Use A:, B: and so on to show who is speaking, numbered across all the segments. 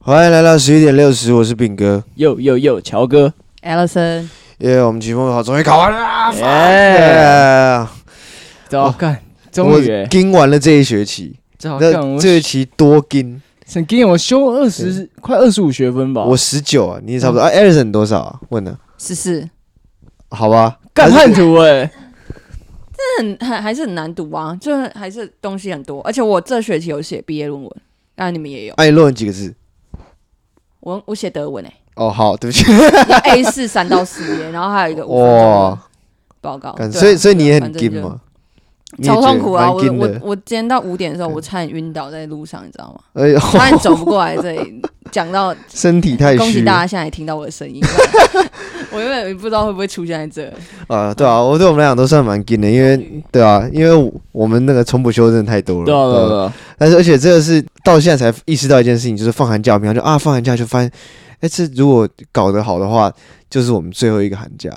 A: 欢迎来到十一点六十，我是饼哥。
B: 又又又，乔哥，
C: Alison，
A: 耶、我们期末考终于考完了啊！
B: 耶，
A: 耶
B: 早
A: 哦我
B: 哎干，终于
A: 我，盯完了这一学期，
B: 早干，
A: 那
B: 我
A: 这学期多盯，
B: 沈金，我修二十快二十五学分吧，
A: 我十九啊，你也差不多啊。艾瑞森多少啊？问呢？
C: 十四，
A: 好吧，
B: 干叛徒 哎，
C: 这很还还是很难读啊，就还是东西很多，而且我这学期有写毕业论文，当然你们也有，
A: 哎，你论文几个字？
C: 我我写德文诶、
A: 哦，好，对不起，
C: a 四三到四页，然后还有一个五分钟的
A: 哇，
C: 报告，
A: 干
C: 对啊
A: 所以所以你也很
C: 反正就
A: 盯嘛，你也
C: 超
A: 觉得
C: 痛苦啊！
A: 蛮
C: 我
A: 盯
C: 我
A: 的。
C: 我今天到五点的时候，
A: 嗯
C: 我差点晕倒在路上，你 知道吗？
A: 哎呦，
C: 差点走不过来这里，讲到
A: 身体 太
C: 恭喜
A: 虚
C: 大
A: 啊
C: 家现在也听到我的声音， 我原本不知道会不会出现在这，！
A: 对啊，我对我们来讲都算蛮盯的，因为对啊，因为我我们那个重补修真的太多了，
B: 对啊对啊对啊，
A: 但是而且这个是到现在才意识到一件事情，就是放寒假，我平常就啊放寒假就发现，哎、这如果搞得好的话，就是我们最后一个寒假。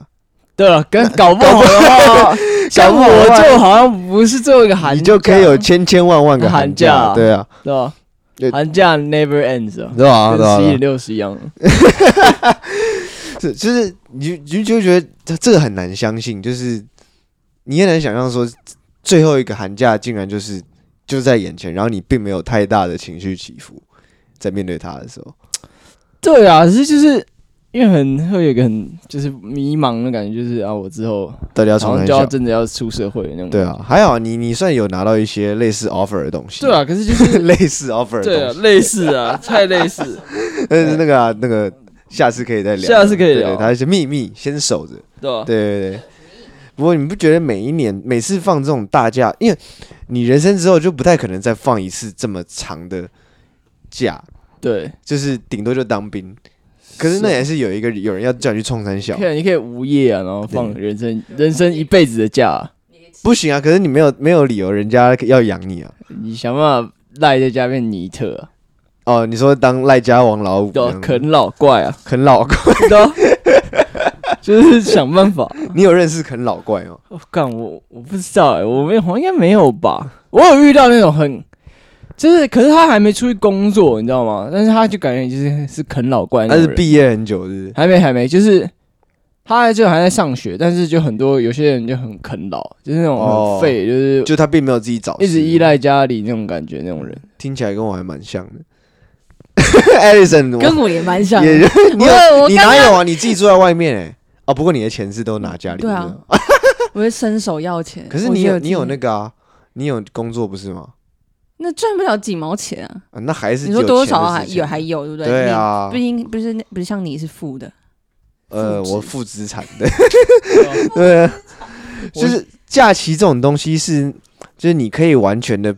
B: 对了，跟搞不好的话， 像我就好像不是最后一个寒假，
A: 你就可以有千千万万个寒
B: 寒假
A: 对啊，
B: 对吧
A: 对？
B: 寒假 never ends 啊，
A: 对啊，对
B: 跟
A: 啊，
B: 十一
A: 对啊
B: 六十一样，
A: 是就是你就你就觉得这这个很难相信，就是你也难想象说最后一个寒假竟然就是就在眼前，然后你并没有太大的情绪起伏，在面对它的时候，
B: 对啊，只是就是。因为很会有一个很就是迷茫的感觉，就是啊，我之后
A: 到底要
B: 好
A: 从
B: 像
A: 哪
B: 就要
A: 想？
B: 真的要出社会的那种。
A: 对啊，还好你你算有拿到一些类似 offer 的东西，
B: 对啊，可是就是
A: 类似 offer 的东西
B: 对啊，类似啊，太类似。
A: 但是那个啊，那个下次可以再聊，
B: 下次可以聊
A: 对
B: 啊
A: 对它是秘密，先守着。
B: 对吧？
A: 对对对。不过你不觉得每一年每次放这种大假，因为你人生之后就不太可能再放一次这么长的假，
B: 对，
A: 就是顶多就当兵。可是那也是有一个有人要叫你去冲山 小
B: 啊可，以，你可以无业啊，然后放人生人生一辈子的假啊，
A: 不行啊！可是你没有没有理由，人家要养你 啊。
B: 你想办法赖在家变尼特啊，
A: 哦，你说当赖家王老五这
B: 对啊
A: 样，子，
B: 啃老 怪啊，
A: 啃老怪，
B: 对啊，就是想办法。
A: 你有认识啃老怪哦吗？
B: 我干我我不知道哎，我没有，应该没有吧？我有遇到那种很。就是，可是他还没出去工作，你知道吗？但是他就感觉就是是啃老怪那
A: 他
B: 种
A: 是
B: 人，
A: 毕业很久，是不是？
B: 还没还没，就是他就还在上学，但是就很多有些人就很啃老，就是那种
A: 哦
B: 很废，就是
A: 就他并没有自己找事，
B: 一直依赖家里那种感觉那种人。
A: 听起来跟我还蛮像的。Alison，
C: 跟
A: 我
C: 我也蛮像的。
A: 也你
C: 我
A: 有
C: 我
A: 你
C: 刚
A: 哪有啊？你自己住在外面哎、哦，不过你的钱是都拿家里。
C: 对啊
A: 不是吗，
C: 我会伸手要钱，
A: 可是
C: 我
A: 你
C: 觉得
A: 有你有那
C: 自己
A: 个啊，你有工作不是吗？
C: 那赚不了几毛钱啊！
A: 啊那还是
C: 你说
A: 有
C: 多
A: 钱
C: 少啊
A: 的
C: 还
A: 事
C: 有
A: 情
C: 还有，对不对？
A: 对啊
C: 你，毕竟不是那不是像你是负的，
A: 呃，
C: 负资
A: 我负资产的， 对啊，就是假期这种东西是，就是你可以完全的，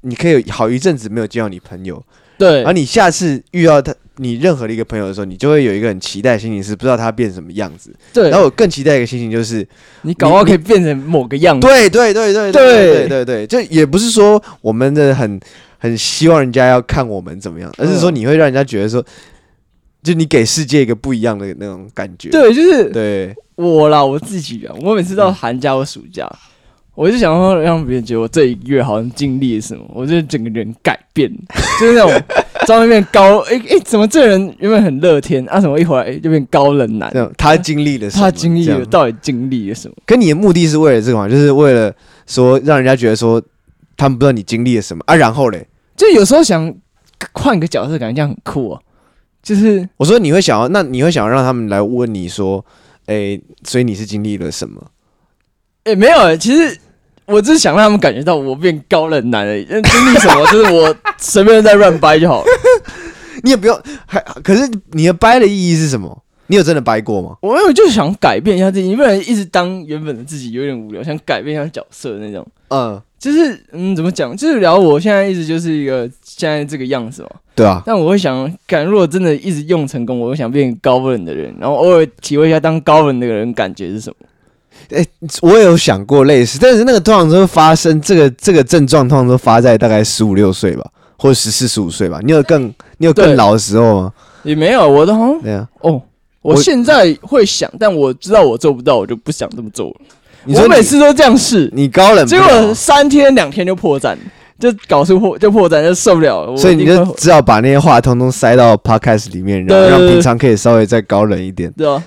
A: 你可以好一阵子没有见到你朋友，
B: 对
A: 然后，你下次遇到他，你任何的一个朋友的时候，你就会有一个很期待的心情，是不知道他变什么样子。
B: 对，
A: 然后我更期待一个心情就是。
B: 你搞不好可以变成某个样子。
A: 对对对对
B: 嗯对
A: 对对对，就也不是说我们的很很希望人家要看我们怎么样，而是
B: 嗯
A: 说你会让人家觉得说，就你给世界一个不一样的那种感觉。
B: 对，就是
A: 对
B: 我啦，我自己啊，我每次到寒假或暑假，我就想要让别人觉得我这一个月好像经历了什么，我就整个人改变， 就是那种在外面高，哎、哎、怎么这人原本很乐天啊，怎么一会儿、哎就变高冷男？
A: 这种他经历了什么，
B: 他经历
A: 这
B: 了，
A: 样
B: 到底经历了什么？
A: 可你的目的是为了这个嘛？就是为了说让人家觉得说他们不知道你经历了什么啊，然后嘞，
B: 就有时候想换个角色，感觉这样很酷哦、就是
A: 我说你会想要，那你会想要让他们来问你说，哎，所以你是经历了什么？
B: 诶，没有、欸，其实我只是想让他们感觉到我变高冷男而已。那经历什么，就是我随便在乱掰就好了。
A: 你也不用，还可是你的掰的意义是什么？你有真的掰过吗？
B: 我有就想改变一下自己，你不能一直当原本的自己，有点无聊，想改变一下角色那种。
A: 嗯，
B: 就是嗯，怎么讲？就是聊我现在一直就是一个现在这个样子嘛。
A: 对啊，
B: 但我会想，感如果真的一直用成功，我会想变高冷的人，然后偶尔体会一下当高冷那个人感觉是什么。
A: 我也有想过类似，但是那个通常都会发生，这个这个症状通常都发在大概十五六岁吧，或者十四十五岁吧。你有更你有更
B: 对
A: 老的时候吗？
B: 也没有，我都好像
A: 对啊，
B: 哦，我
A: 我
B: 现在会想，但我知道我做不到，我就不想这么做了。
A: 你说
B: 我
A: 你
B: 每次都这样试，
A: 你高冷不啊
B: 结
A: 了，
B: 果三天两天就破绽，就搞出破就破绽，就受不了了。我
A: 所以
B: 一
A: 你
B: 定
A: 就
B: 会
A: 只好把那些话通通塞到 podcast 里面，然后
B: 对
A: 让平常可以稍微再高冷一点。
B: 对啊，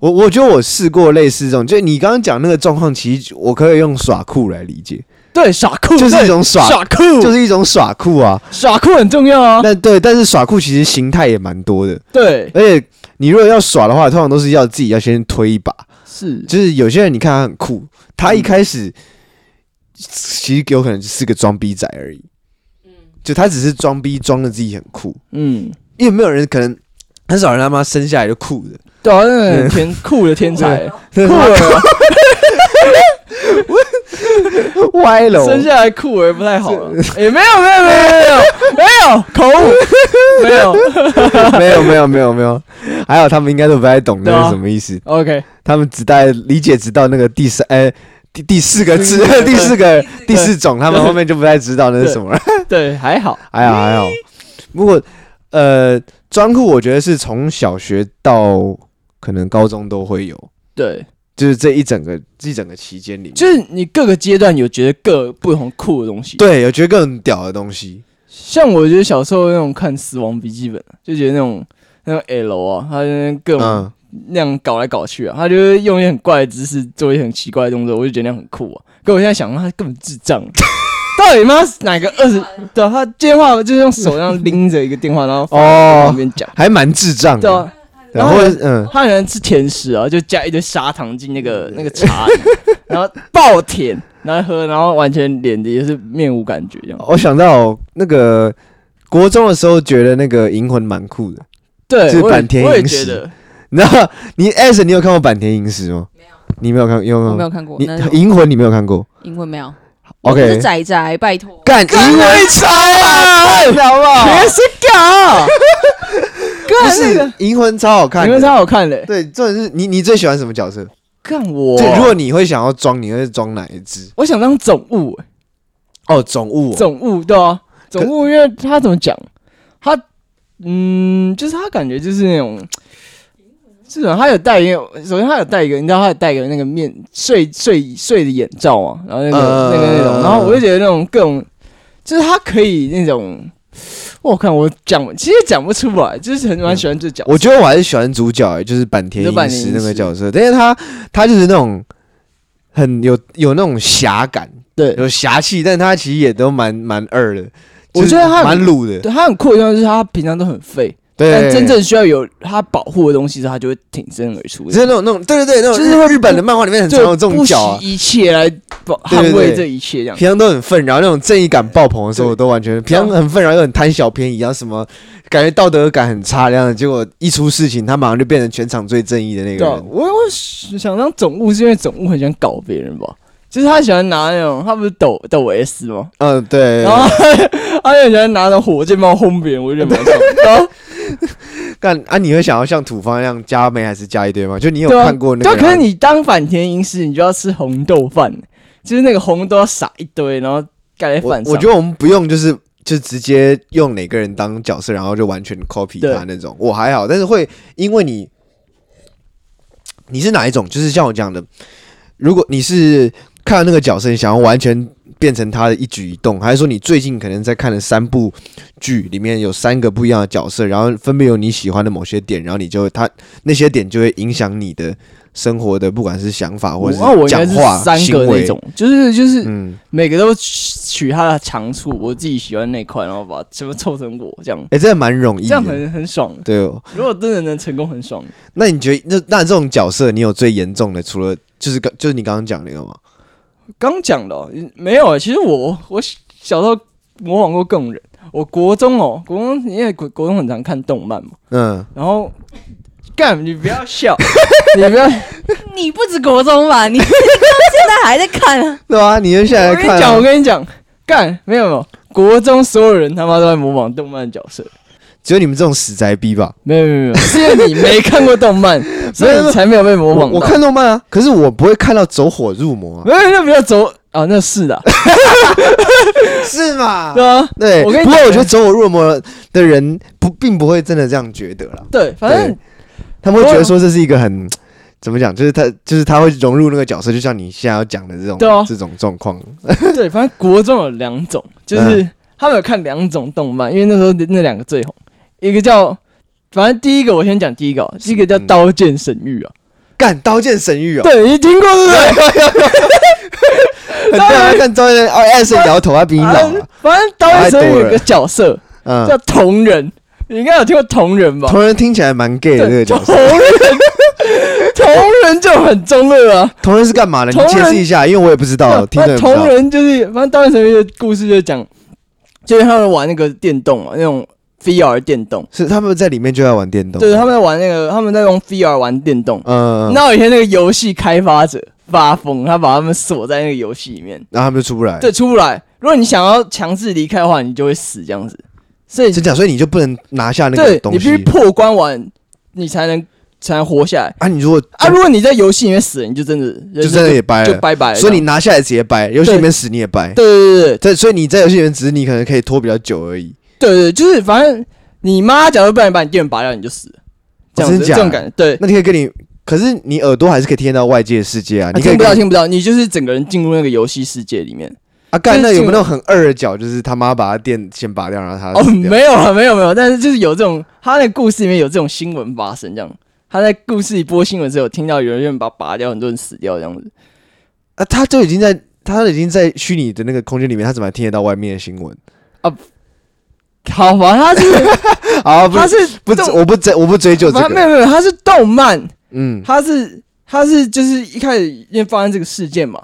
A: 我我觉得我试过类似这种，就你刚刚讲那个状况，其实我可以用耍酷来理解，
B: 对耍酷
A: 就是
B: 对
A: 一种耍，
B: 耍酷，
A: 就是一种耍酷啊。
B: 耍酷很重要啊。
A: 但对，但是耍酷其实形态也蛮多的，
B: 对，
A: 而且你如果要耍的话，通常都是要自己要先推一把。
B: 是
A: 就是有些人你看他很酷，他一开始、其实有可能是个装逼仔而已，就他只是装逼装的自己很酷，
B: 嗯，
A: 因为没有人可能很少人他妈生下来就酷的，
B: 对啊，那很天酷的 天才，啊
A: 酷
B: 酷
A: 歪
B: 了，
A: 楼。
B: 生下来酷儿不太好了。也没有没有没有没有没有口误， 没有。
A: 没有没有没有没有，还有他们应该都不太懂
B: 对
A: 那
B: 啊
A: 是什么意思，
B: OK，
A: 他们只大概理解直到那个第三哎。第第四个字， 第四个第四种，他们后面就不太知道那是什么了。
B: 对，还好。
A: 还好还好。哎不过呃，装酷我觉得是从小学到可能高中都会有，
B: 对，
A: 就是这一整个这一整个期间里面，
B: 就是你各个阶段有觉得各不同酷的东西。，
A: 对，有觉得更屌的东西。
B: 像我觉得小时候那种看《死亡笔记本》，就觉得那种那种 L 啊，他在那边各种
A: 嗯，
B: 那样搞来搞去啊，他就是用一些很怪的姿势做一些很奇怪的动作，我就觉得那样很酷啊。可我现在想，他根本智 障。到底妈哪个二十？对啊，他电话就是用手这样拎着一个电话，然后放在旁
A: 哦，
B: 边讲。
A: 还蛮智障
B: 对
A: 的。
B: 啊，
A: 然后嗯，
B: 他可能吃甜食啊，就加一堆砂糖进那个那个茶 里，然后爆甜，然后喝，然后完全脸也是面无感觉这样。
A: 我想到那个国中的时候，觉得那个银魂蛮酷的。
B: 对，
A: 是
B: 我
A: 坂田
B: 也我也
A: 银
B: 觉
A: 时
B: 得
A: 你知道你 S 你有看过坂田银时吗？没有，你没有看，有
C: 我
A: 没
C: 没有
A: 有？
C: 看过，
A: 嗯你
C: 那是
A: 银魂你没有看过
C: 英文没有。我
A: ？OK，
C: 是仔仔，拜托。
A: 干银魂超好看的，好不好？
B: 全是搞，
A: 不
B: 干啊那
A: 是
B: 个
A: 《银魂》超好看
B: 你
A: 的，
B: 们超好看嘞，
A: 对，重点是你你最喜欢什么角色？
B: 干我
A: 对，，如果你会想要装，你会装哪一只？
B: 我想当总务，
A: 哦，总务
B: 总务对啊，总务，因为他怎么讲，他嗯，就是他感觉就是那种。是啊，他有戴一个，首先他有戴一个，你知道他有戴一个那个面睡睡睡的眼罩嘛，然后那个、
A: 呃
B: 那个那种，然后我就觉得那种各种，就是他可以那种，我看我讲其实讲不出来，就是很蛮喜欢这角色。
A: 我觉得我还是喜欢主角、欸，就是坂田
B: 就坂
A: 银
B: 田
A: 时
B: 银
A: 那个
B: 时
A: 角色，但是他他就是那种很有有那种侠感，
B: 对，
A: 有侠气，但他其实也都蛮蛮二的，
B: 我
A: 就是
B: 觉得他
A: 蛮鲁的，
B: 对他很酷的地方就是他平常都很废，
A: 对，
B: 但真正需要有他保护的东西的时候，他就会挺身而出，
A: 就是那种那种对对对，那种
B: 就是
A: 日
B: 会
A: 日本的漫画里面很常有这
B: 就
A: 种
B: 不惜
A: 角啊，
B: 一切来保
A: 对对
B: 捍卫
A: 对
B: 这一切这样。
A: 平常都很愤，然后那种正义感爆棚的时候，
B: 对
A: 我都完全平常很愤，然后又很贪小便宜，然后什么感觉道德感很差这样的，结果一出事情，他马上就变成全场最正义的那个
B: 对啊，
A: 人。
B: 我我想当总务是因为总务很喜欢搞别人吧，就是他喜欢拿那种他不是抖抖 S 吗？
A: 嗯，对
B: 然，后他就喜欢拿着火箭炮轰别人，我就觉得蛮 爽。然后
A: 干啊，你会想要像土方那样加妹还是加一堆吗？就你有
B: 对啊
A: 看过那
B: 对啊，
A: 个？
B: 可是你当反田银时，你就要吃红豆饭，就是那个红豆要撒一堆，然后盖在
A: 我
B: 饭上。
A: 我觉得我们不用就是。就直接用哪个人当角色，然后就完全 copy
B: 对
A: 他那种，我还好，但是会因为你你是哪一种，就是像我讲的，如果你是看到那个角色，你想要完全变成他的一举一动，还是说你最近可能在看了三部剧，里面有三个不一样的角色，然后分别有你喜欢的某些点，然后你就会他那些点就会影响你的生活的，不管是想法或
B: 我
A: 者
B: 那我应该
A: 讲
B: 是
A: 话、
B: 三
A: 行
B: 个
A: 为
B: 那种，，就是就是
A: 嗯。
B: 每个都取取他的长处，我自己喜欢那一块，然后把全部凑成我这样，
A: 哎、这蛮容易
B: 这
A: 的，
B: 样很很爽。
A: 对哦。
B: 如果真的能成功，很爽。
A: 那你觉得那那这种角色，你有最严重的，除了就是刚就是你刚刚讲那个吗？
B: 刚讲的哦、没有啊，其实我我小时候模仿过各种人。我国中哦，国中因为国国中很常看动漫嘛，
A: 嗯，
B: 然后干你不要 笑，你不要，
C: 你不止国中吧？你 到现在还在看 啊？
A: 对啊，你就现在
B: 我
A: 来
B: 跟你
A: 看、
B: 讲，我
A: 啊，
B: 跟你讲，干没有没有，国中所有人他妈都在模仿动漫角色，
A: 只有你们这种死宅逼吧？
B: 没有没有没有， 是因为你 没看过动漫，所以你才没有被模
A: 我
B: 仿到
A: 我看动漫啊，可是我不会看到走火入魔、啊，
B: 没有那不要走啊，那是的，
A: 是吗
B: 对啊，
A: 对，
B: 我跟你
A: 不过
B: 讲
A: 我觉得走火入魔的人不并不会真的这样觉得啦，
B: 对，反正
A: 他们会觉得说这是一个很怎么讲，就是他就是他会融入那个角色，就像你现在要讲的这种、
B: 对啊
A: 这种状况。
B: 对，反正国中有两种，就是
A: 嗯
B: 他们有看两种动漫，因为那时候那两个最红，一个叫，反正第一个我先讲第一个哦，第一个
A: 嗯
B: 叫《刀剑神域》啊，
A: 干刀剑神域哦，
B: 对，你听过对不对？
A: 很多人看啊刀剑，哦，艾森摇头，他 比你 老啊。
B: 反正《刀剑神域》有个角色
A: 嗯
B: 叫，同人，你应该有听过同人吧？
A: 同人听起来蛮 gay 的这个
B: 同
A: 角色。
B: 人， 同人就很中二啊。
A: 同人是干嘛的？你
B: 同人
A: 解释一下，因为我也不知道，听众
B: 那
A: 也不知
B: 同
A: 道。
B: 人就是，反正《刀剑神域》的故事就讲，就是他们玩那个电动啊嘛，那种 VR 电动，
A: 是他们在里面就在玩电动。
B: 对，他们在玩那个，他们在用 VR 玩电动。
A: 嗯，
B: 那有一天那个游戏开发者发疯，他把他们锁在那个游戏里面，
A: 然后他们就出不来。
B: 对，出不来。如果你想要强制离开的话，你就会死这样子。所以，
A: 真假，所以你就不能拿下那个
B: 对你
A: 东
B: 必须
A: 西
B: 破关完，你才能才能活下来
A: 啊！你如果
B: 啊！如果你在游戏里面死了，你就真的人
A: 就
B: 生
A: 真的也掰
B: 就
A: 了，
B: 拜拜了这
A: 所
B: 样。
A: 以你拿下来直接掰，游戏里面死你也掰。
B: 对对对对
A: 对，所以你在游戏里面只是你可能可以拖比较久而已。
B: 对对，就是反正你妈假如不然把你电源拔掉，你就死了，这
A: 哦
B: 样
A: 真
B: 子
A: 的假
B: 这种感觉。对，
A: 那你可以跟你，可是你耳朵还是可以听得到外界世界啊！
B: 啊
A: 你可
B: 听
A: 以
B: 不
A: 跟
B: 到听不到，你就是整个人进入那个游戏世界里面。
A: 啊，干
B: 就是
A: 那有没有那
B: 进
A: 种很二的脚，就是他妈把他电先拔掉，然后他
B: 哦，
A: 死掉
B: 没有啊，没有没有，但是就是有这种，他那个故事里面有这种新闻发生，这样。他在故事里播新闻的时候，有听到有人把它拔掉，很多人死掉这样子。
A: 啊，他就已经在他已经在虚拟的那个空间里面，他怎么还听得到外面的新闻？
B: 好吧，他是
A: 啊，不
B: 他是
A: 不
B: 动，
A: 我不追我不追究这
B: 反正没
A: 个，
B: 有没有，他是动漫，
A: 嗯，
B: 他是他是就是一开始因为发生这个事件嘛，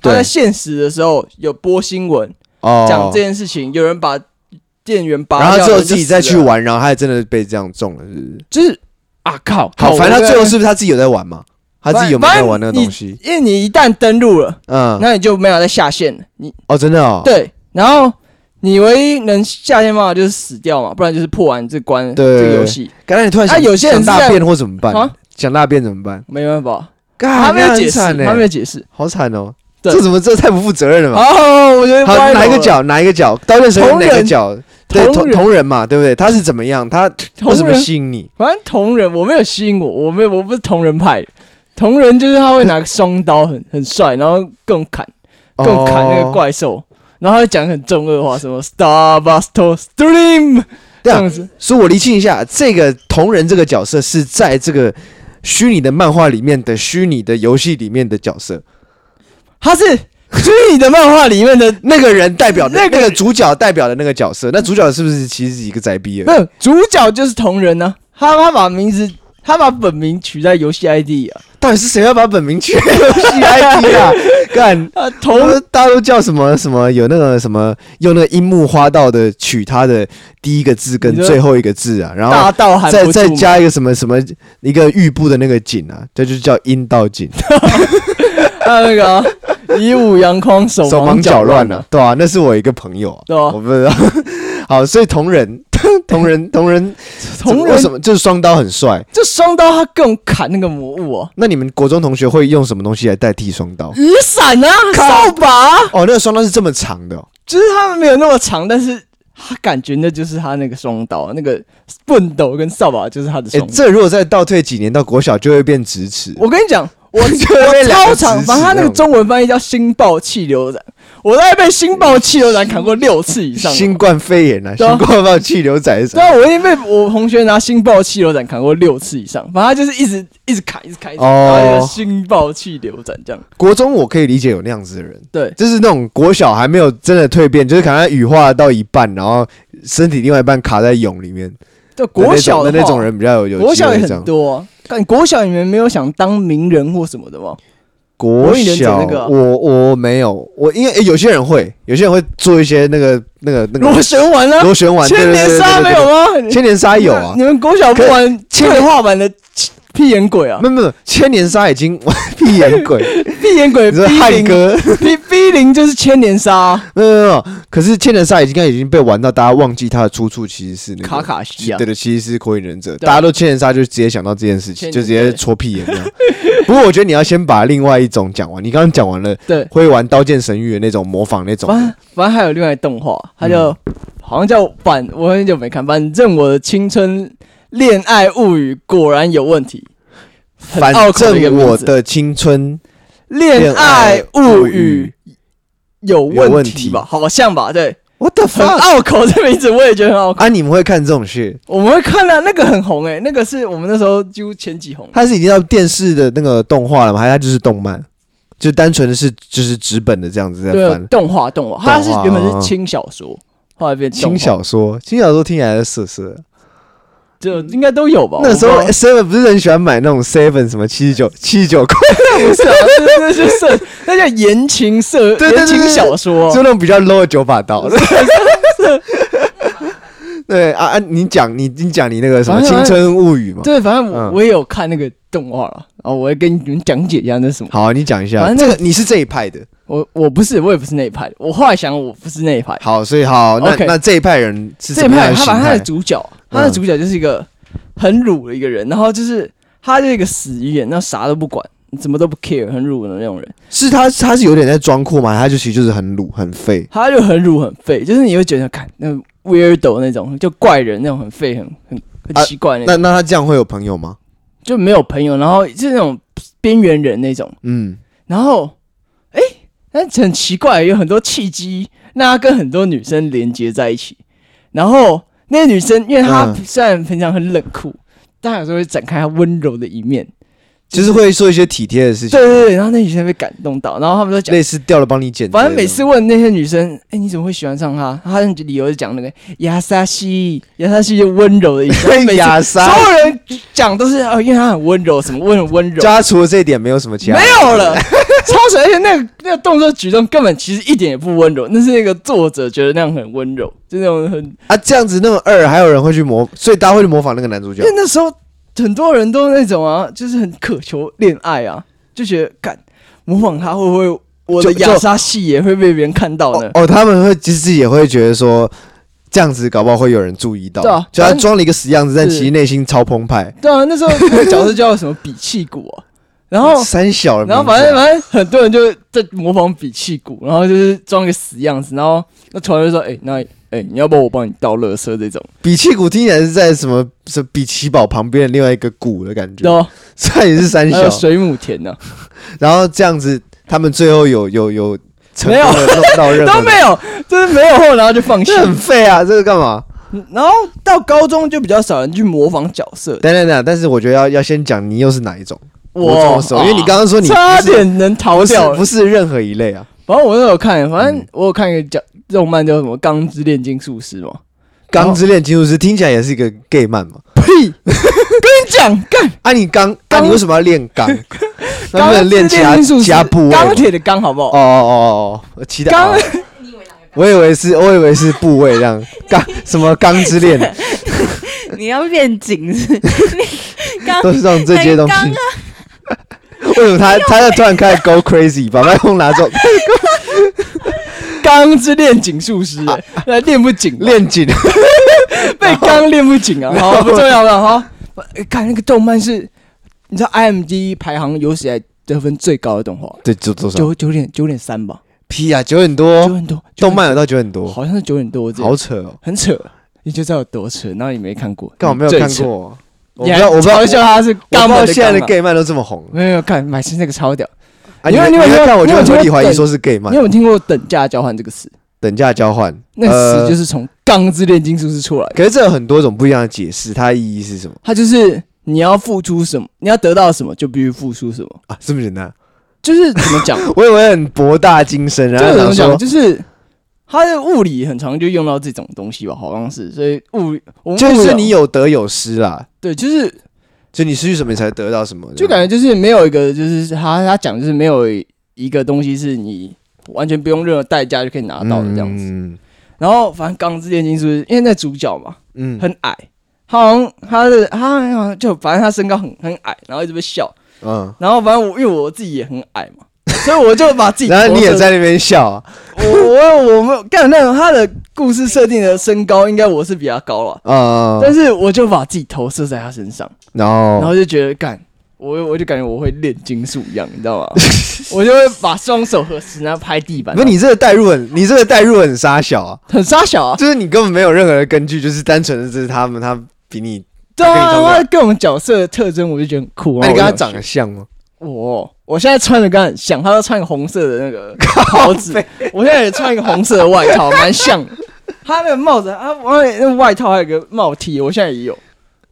B: 他
A: 对
B: 在现实的时候有播新闻
A: 哦，
B: 讲这件事情，有人把电源拔
A: 然
B: 掉，
A: 后他最后
B: 有人就
A: 自己再
B: 死
A: 去
B: 了，
A: 玩，然后他还真的被这样中了，是不是？
B: 就是啊靠，
A: 好，
B: 我
A: 反正他
B: 在
A: 最后是不是他自己有在玩嘛？他自己有没有在玩那个东西？
B: 因为你一旦登录了，
A: 嗯，
B: 那你就没有再下线了，你
A: 哦，真的哦，
B: 对，然后你唯一能下线方法就是死掉嘛，不然就是破完这关这
A: 对
B: 个游戏，
A: 刚才你突然想
B: 啊有些人
A: 想
B: 是在
A: 大便或怎么办
B: 啊？
A: 想大便怎么办？
B: 没办法，
A: 干
B: 他没有
A: 那很
B: 解释，
A: 惨欸
B: 他没有解释。
A: 好惨哦，
B: 对
A: 这怎么这太不负责任了吧？
B: 哦，我觉得
A: 好，
B: 歪楼
A: 哪一个
B: 了？
A: 角？哪一个角？刀剑神域
B: 同
A: 哪
B: 人
A: 个角？对，
B: 同
A: 同
B: 人
A: 同人嘛，对不对？他是怎么样？他为什
B: 同
A: 么
B: 人，
A: 吸引你？
B: 反正同人，我没有吸引我，我没有，我不是同人派的。同人就是他会拿个双刀很，很帅，然后更砍，更砍那个
A: 哦。
B: 怪兽，然后他会讲很中二的话，什么 Star Buster Stream 这
A: 对啊
B: 样子。
A: 所以我厘清一下，这个同人这个角色是在这个虚拟的漫画里面的虚拟的游戏里面的角色，
B: 他是虚拟的漫画里面的
A: 那个人代表的那
B: 那
A: 个
B: 个
A: 主角代表的那个角色，那主角是不是其实是一个宅逼
B: 没
A: 了？
B: 有，主角就是同人呢、他他把名字，他把本名取在游戏 ID 啊，
A: 到底是谁要把本名取游戏 IP 啊？干，
B: 啊
A: 我
B: 同
A: 们大家都叫什么什么？有那个什么用那个樱木花道的取他的第一个字跟
B: 你说
A: 最后一个字啊，然
B: 大
A: 后
B: 道还
A: 再
B: 不
A: 再
B: 住
A: 加一个什么什么一个玉部的那个井啊，这就是叫阴道井，
B: 还有那个啊、以武扬匡，手
A: 手忙脚
B: 乱哦
A: 乱啊，，对啊，那是我一个朋友啊，
B: 对吧、
A: 我不知道。 好，所以同人 同 人同人
B: 同
A: 为
B: 人
A: 什么就是双刀很帅？
B: 这双刀他更砍那个魔物啊，
A: 那你们国中同学会用什么东西来代替双刀？
B: 雨伞啊，扫把、啊，
A: 哦，那个双刀是这么长的哦、
B: 就是他们没有那么长，但是。他感觉那就是他那个双刀，那个棍斗跟扫把就是他的
A: 诶，
B: 双刀。
A: 这如果再倒退几年到国小，就会变直尺。
B: 我跟你讲，我
A: 被
B: 我
A: 两个
B: 超
A: 直
B: 常，
A: 指
B: 反正他
A: 那
B: 那个
A: 种
B: 中文翻译叫“星爆气流斩”，我大概被“星爆气流斩”砍过六次以上了。
A: 新冠肺炎啊，
B: 对
A: 新
B: 啊
A: 冠爆气流仔
B: 对
A: 啥？
B: 啊，我已经被我同学拿星爆气流斩砍过六次以上，反正他就是一直一直砍，一直砍，一直砍，
A: 哦
B: 然后就星爆气流斩这样。
A: 国中我可以理解有那样子的人，
B: 对
A: 就是那种国小还没有真的蜕变，就是可能他羽化到一半，然后身体另外一半卡在蛹里面。的
B: 对，
A: 那
B: 国小
A: 种
B: 的
A: 的那
B: 话
A: 种，人比较有有
B: 国
A: 机
B: 小
A: 会
B: 也
A: 这样
B: 很多、啊。干国小你们没有想当名人或什么的吗？
A: 国
B: 火影忍者
A: 小，
B: 那个啊
A: 我我没有，我因为、诶有些人会，有些人会做一些那个那个那
B: 螺
A: 个
B: 旋丸啊，
A: 螺旋丸，对
B: 千
A: 对对
B: 年杀
A: 对
B: 没
A: 对
B: 有
A: 对
B: 吗？
A: 千年杀有啊
B: 你，们国小不
A: 可
B: 玩
A: 千
B: 退化版的屁眼鬼啊
A: 没？有没有，千年杀已经 屁眼鬼，
B: 屁眼鬼
A: 你
B: B
A: 说汉
B: 零
A: 哥？
B: ，B B 零就是千年杀啊、
A: 没有没有没有，可是千年杀已经应该已经被玩到大家忘记它的出处其实是那个
B: 卡卡西啊
A: 对。的，其实是火影忍者，
B: 对啊
A: 大家都千年杀就直接想到这件事情，
B: 千
A: 就
B: 年
A: 直接戳屁眼这样。不过我觉得你要先把另外一种讲完，你刚刚讲完了
B: 对，
A: 会玩刀剑神域的那种模仿那种
B: 反正反正还有另外一动画，它叫、
A: 嗯
B: 好像叫反，我很久没看。反正我的青春恋爱物语果然有问题，很
A: 反
B: 拗口的一个
A: 正
B: 名
A: 我
B: 字
A: 的青春
B: 《恋爱物语》有
A: 有
B: 问
A: 问
B: 题
A: 题
B: 吧？好像吧？对，
A: ，What the
B: 很
A: fuck
B: 拗口这名字我也觉得很拗口。
A: 啊？你们会看这种事？
B: 我们会看到、那个很红欸诶、那个是我们那时候几乎前几红。
A: 它是已经到电视的那个动画了吗？还是它就是动漫？就单纯的是就是纸本的这样子在
B: 对，啊
A: 翻
B: 动画动画，它是
A: 动画嗯
B: 原本是轻小说，后来变动画
A: 轻，小说，轻小说听起来是涩涩的。
B: 就应该都有吧。
A: 那时候
B: 哦我不知道
A: Seven 不是很喜欢买那种 Seven 什么七 十九七十九块，
B: 不是啊，那那是色， 那叫言情色，
A: 对对对
B: 言情小说
A: 就。那种比较 low 的九把 刀。对啊啊，你讲你你讲你那个什么
B: 反
A: 《青
B: 正
A: 春物语》嘛？
B: 对，反正我
A: 嗯
B: 我也有看那个动画了，然后我会跟你们讲解一下那是什么。
A: 好，你讲一下
B: 反正
A: 这个，你是这一派的。
B: 我我不是，我也不是那一派的。我后来想，我不是那一派。
A: 好，所以好，那
B: OK
A: 那这一派人是
B: 这
A: 怎
B: 一
A: 么样
B: 派
A: 的
B: 他
A: 形
B: 把他的
A: 态？嗯
B: 主角，他的主角就是一个很鲁的一个人，然后就是他就是一个死鱼眼，那啥都不管，什么都不 care，很鲁的那种人。
A: 是他他是有点在装酷嘛？他就其实就是很鲁很废。
B: 他就很鲁很废，就是你会觉得看那 weirdo 那种，就怪人那种很废很很很
A: 啊
B: 奇怪那种，
A: 那那他这样会有朋友吗？
B: 就没有朋友，然后就是那种边缘人那种。
A: 嗯，
B: 然后，哎、但很奇怪，有很多契机，那他跟很多女生连接在一起。然后那个女生，因为她
A: 嗯
B: 虽然平常很冷酷，但有时候会展开她温柔的一面。
A: 就是会做一些体贴的事情
B: 对，对对，然后那女生被感动到，然后他们都讲。
A: 类似掉了帮你捡之类的。
B: 反正每次问那些女生，哎、你怎么会喜欢上他？她的理由是讲那个亚莎西，亚莎西就温柔 的意思。每次
A: 雅莎
B: 所有人讲都是哦，因为她很温柔，什么温柔温柔，
A: 加除了这一点，没有什么其他。
B: 没有了， 超水！而且那个那个动作举动根本其实一点也不温柔，那是那个作者觉得那样很温柔，就那种很，
A: 啊，这样子那么二，还有人会去模，所以大家会去模仿那个男主角
B: 因为。那时候很多人都那种啊，就是很渴求恋爱啊，就觉得干模仿他会不会我的
A: 就
B: 亚莎戏也会被别人看到
A: 哦
B: 呢？
A: 哦，他们会其实自己也会觉得说，这样子搞不好会有人注意到。
B: 对啊
A: 就他
B: 反正
A: 装了一个死样子，但
B: 是
A: 其实内心超澎湃。
B: 对啊，那时候那个角色叫什么比气鼓啊，然后
A: 三小的名字
B: 然
A: 啊，
B: 后反正反正很多人就在模仿比气鼓，然后就是装一个死样子，然后那突然就说，哎、那哎、你要不要我帮你倒垃圾这种，
A: 比奇谷听起来是在什么什么比奇堡旁边的另外一个谷的感
B: 对
A: 觉，
B: 吧？
A: 虽然也是三
B: 还有
A: 哦小。
B: 水母田啊呢、
A: 然后这样子，他们最后有有有成功的弄到任何
B: 都没有，就是没有后，然后就放弃
A: 这。很废啊！这个干嘛？
B: 然后到高中就比较少人去模仿角色。
A: 等等等，但是我觉得要要先讲你又是哪一种，我怎
B: 我啊
A: 么熟？因为你刚刚说你不是
B: 差点能逃
A: 不是嗯
B: 掉了
A: 不。是任何一类啊，
B: 反正我都有看，反正我有看一个讲动漫叫什么《钢之炼金术师》嘛。
A: 《钢之炼金术师》听起来也是一个 gay 漫嘛。
B: 屁！跟你讲，干
A: 啊，你钢，啊
B: 钢
A: 你为什么要练钢？那不
B: 钢之
A: 能练其他
B: 炼金术师
A: 其他部位吗？
B: 钢铁的钢，好不
A: 哦
B: 好？
A: 哦哦哦，其他。
B: 钢
A: 哦我以为是，我以为是部位这样，钢什么钢之炼
C: 你要变紧是不是你 刚
A: 都是这种这些东西
C: 很刚。啊
A: 为什么他他要突然开始 go crazy，把麦克风拿走，
B: 钢之炼金术师，
A: 啊
B: 那练不紧，啊
A: 练 紧？哦
B: 被钢练不紧啊。好，不重要了哈。看那个动漫是，你知道 IMD 排行有史以来得分最高的动画。
A: 对，九多少？
B: 九九点九点三吧，
A: 屁啊，九点
B: 九
A: 多，
B: 点多，
A: 动漫有到九点
B: 9点多
A: 多，
B: 好像是九点多，我记得
A: 好扯哦！
B: 很扯，你就知道有多扯，然后你没看过，
A: 干我没有
B: 最
A: 看
B: 扯，
A: 过，我不
B: 你
A: 知
B: 还
A: 道，我不知道，我
B: 嘲
A: 不知
B: 笑他是肛
A: 道
B: 门
A: 现在的
B: 肛啊
A: gay 漫都这么红
B: 没有没有看买新那个超屌，
A: 啊！你
B: 你有
A: 会
B: 你有
A: 会
B: 你有
A: 看我
B: 你
A: 就
B: 有
A: 很合
B: 听
A: 理
B: 过
A: 怀疑
B: 等
A: 说是 gay 漫
B: 你有，没有听过“等价交换”这个词？
A: 等价交换，。
B: 那个词就是是从“钢之炼金术师”出来的，
A: 可是这有很多种不一样的解释，它的意义是什么
B: 它就是你要付出什么，你要得到什么，就必须付出什么，
A: 啊？这么简单？
B: 就是怎 么讲，
A: 我以为很博大精深，
B: 这
A: 然
B: 个
A: 后
B: 怎么
A: 想说
B: 讲，就是。它的物理很常就用到这种东西吧，好像是，所以物理我们物
A: 就
B: 理
A: 是
B: 啊
A: 你有得有失啦，
B: 对，就是
A: 就你失去什么你才得到什么，
B: 就感觉就是没有一个，就是他他讲就是没有一个东西是你完全不用任何代价就可以拿到的这样子。
A: 嗯
B: 然后反正《钢之炼金术师》因为那主角嘛
A: 嗯，
B: 很矮，他好像他的他好像就反正他身高很很矮，然后一直被笑。
A: 嗯，
B: 然后反正我因为我自己也很矮 嘛，所以我就把自己
A: 然后你也
B: 投射
A: 在那边笑啊
B: 我我我没有干那种他的故事设定的身高应该我是比他高了，
A: 啊，
B: 但是我就把自己投射在他身上。
A: 然
B: 然
A: 后
B: 后就觉得干，我我就感觉我会练金术一样，你知 道吗？我就会把双手合十，然后拍地板。
A: 不是你这个代入很，你这个代入很傻小啊，
B: 很傻小啊，
A: 就是你根本没有任何的根据，就是单纯的这是他们他比你
B: 对
A: 他跟你
B: 啊，
A: 长得
B: 他各种角色的特征我就觉得很酷。
A: 那你跟他
B: 然后我就
A: 长得像吗？
B: 我我现在穿的跟他很像，他都穿一个红色的 那个袍子，我现在也穿一个红色的外套，蛮像的。他那个帽子啊，我那个外套还有个帽 T，我现在也有。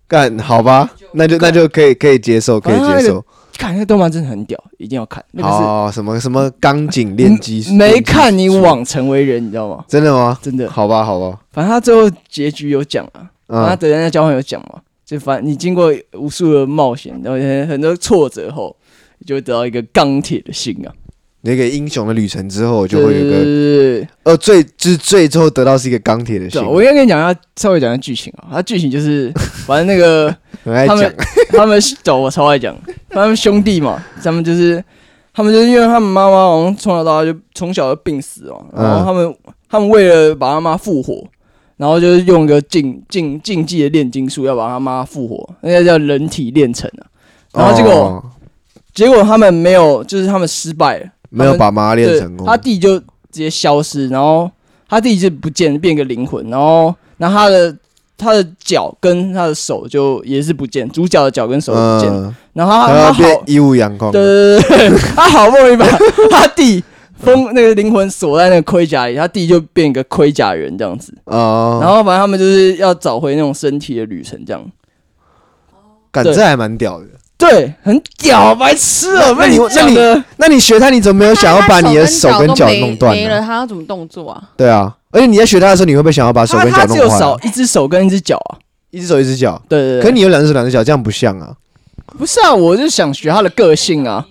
A: 干好吧，那就那就可以可以接受，可以
B: 反正啊他那
A: 接
B: 个
A: 受。
B: 看那个动漫真的很屌，一定要看。那个
A: 哦，什么什么钢筋
B: 是
A: 炼机术，
B: 没看你
A: 网
B: 枉成为人，你知道吗？
A: 真的吗？
B: 真的，
A: 好吧，好吧，
B: 反正他最后结局有讲啊，反正他
A: 嗯，
B: 得人家交换有讲嘛，就反正你经过无数的冒险，然后很很多挫折后，你就会得到一个钢铁的心啊，
A: 那个英雄的旅程之后，就
B: 对
A: 会有一
B: 对
A: 个
B: 对对
A: 呃，最就是最后得到是一个钢铁的
B: 对
A: 心
B: 啊，，我应该跟你讲一下，稍微讲一下剧情啊。它剧情就是，反正 那个
A: 很爱
B: 他
A: 讲
B: 们，他们走，我超爱讲，他们兄弟嘛，他们就是他们就是因为他们妈妈好像从小到大就从小就病死哦，然后
A: 嗯
B: 他们、他们为了把他妈复活，然后就是用一个禁禁禁忌的炼金术要把他妈复活，那个叫人体炼成啊。然后结果、
A: 哦
B: 结果他们没有，就是他们失败了。
A: 没有把妈练
B: 对，
A: 成功，
B: 他弟就直接消失，然后他弟就不见，变个灵魂，然后然后他的他的脚跟他的手就也是不见，主角的脚跟手都不见，
A: 嗯，
B: 然后
A: 他
B: 他他
A: 要
B: 好
A: 变一物阳光，
B: 对对对对，他好不容易把他弟封那个灵魂锁在那个盔甲里，他弟就变一个盔甲人这样子，
A: 哦，
B: 然后反正他们就是要找回那种身体的旅程这样。
A: 感
B: 对
A: 这还蛮屌的。
B: 对，很屌，白痴
A: 那
B: 哦、被
A: 你
B: 讲的，
A: 那你学他，你怎么没有想要把你的手跟脚弄断
C: 没了，
A: 呢？
C: 他要怎么动作啊？
A: 对啊，而且你在学他的时候，你会不会想要把手
B: 他
A: 跟
B: 他
A: 脚
B: 只
A: 弄
B: 有
A: 坏
B: 少
A: 啊？
B: 一只手跟一只脚啊。
A: 一只手一只脚，
B: 对对对，
A: 可你有两只手两只脚，这样不像啊，
B: 不是啊，我就想学他的个性啊。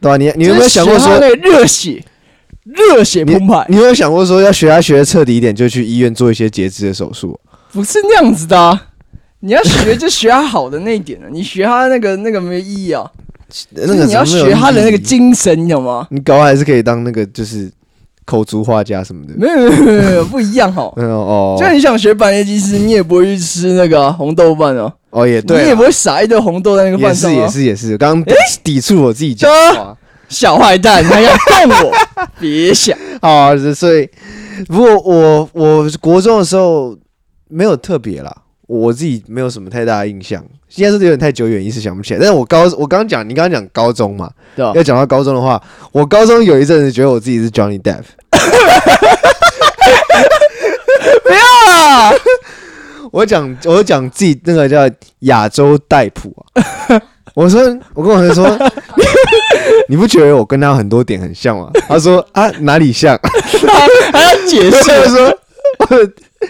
A: 对吧、你你有没有想过
B: 就是
A: 说
B: 学他，那个热血、热血
A: 你
B: 澎湃？
A: 你有没有想过说要学他学的彻底一点，就去医院做一些截肢的手术？
B: 不是那样子的啊、你要学就学他好的那一点啊，你学他那个那个没意义啊。
A: 那个
B: 就是你要
A: 怎么没有
B: 学他的那个
A: 意义，
B: 精神，你懂吗？
A: 你搞不好还是可以当那个就是口足画家什么的。
B: 没有没有没有没有，不一样哦。
A: 嗯哦，
B: 就你想学板椰鸡丝，你也不会去吃那个啊、红豆饭哦、
A: 哦也对啊，
B: 你也不会撒一堆红豆在那个
A: 也
B: 饭上、
A: 是
B: 啊。
A: 也是也是，刚刚抵触我自己讲
B: 对啊
A: 话。
B: 小坏蛋，你还想动我？别想。
A: 啊，所以不过我我国中的时候没有特别啦，我自己没有什么太大的印象，应该是有点太久远，一时想不起来。但是我高我刚刚讲，你刚刚讲高中嘛，
B: 对吧
A: 要讲到高中的话，我高中有一阵子觉得我自己是 Johnny Depp，
B: 啊，
A: 我讲我讲自己那个叫亚洲戴普啊，我说我跟我同学说。 你不觉得我跟他很多点很像吗？他说啊哪里像？
B: 还要 解
A: 所以
B: 释。
A: 说，我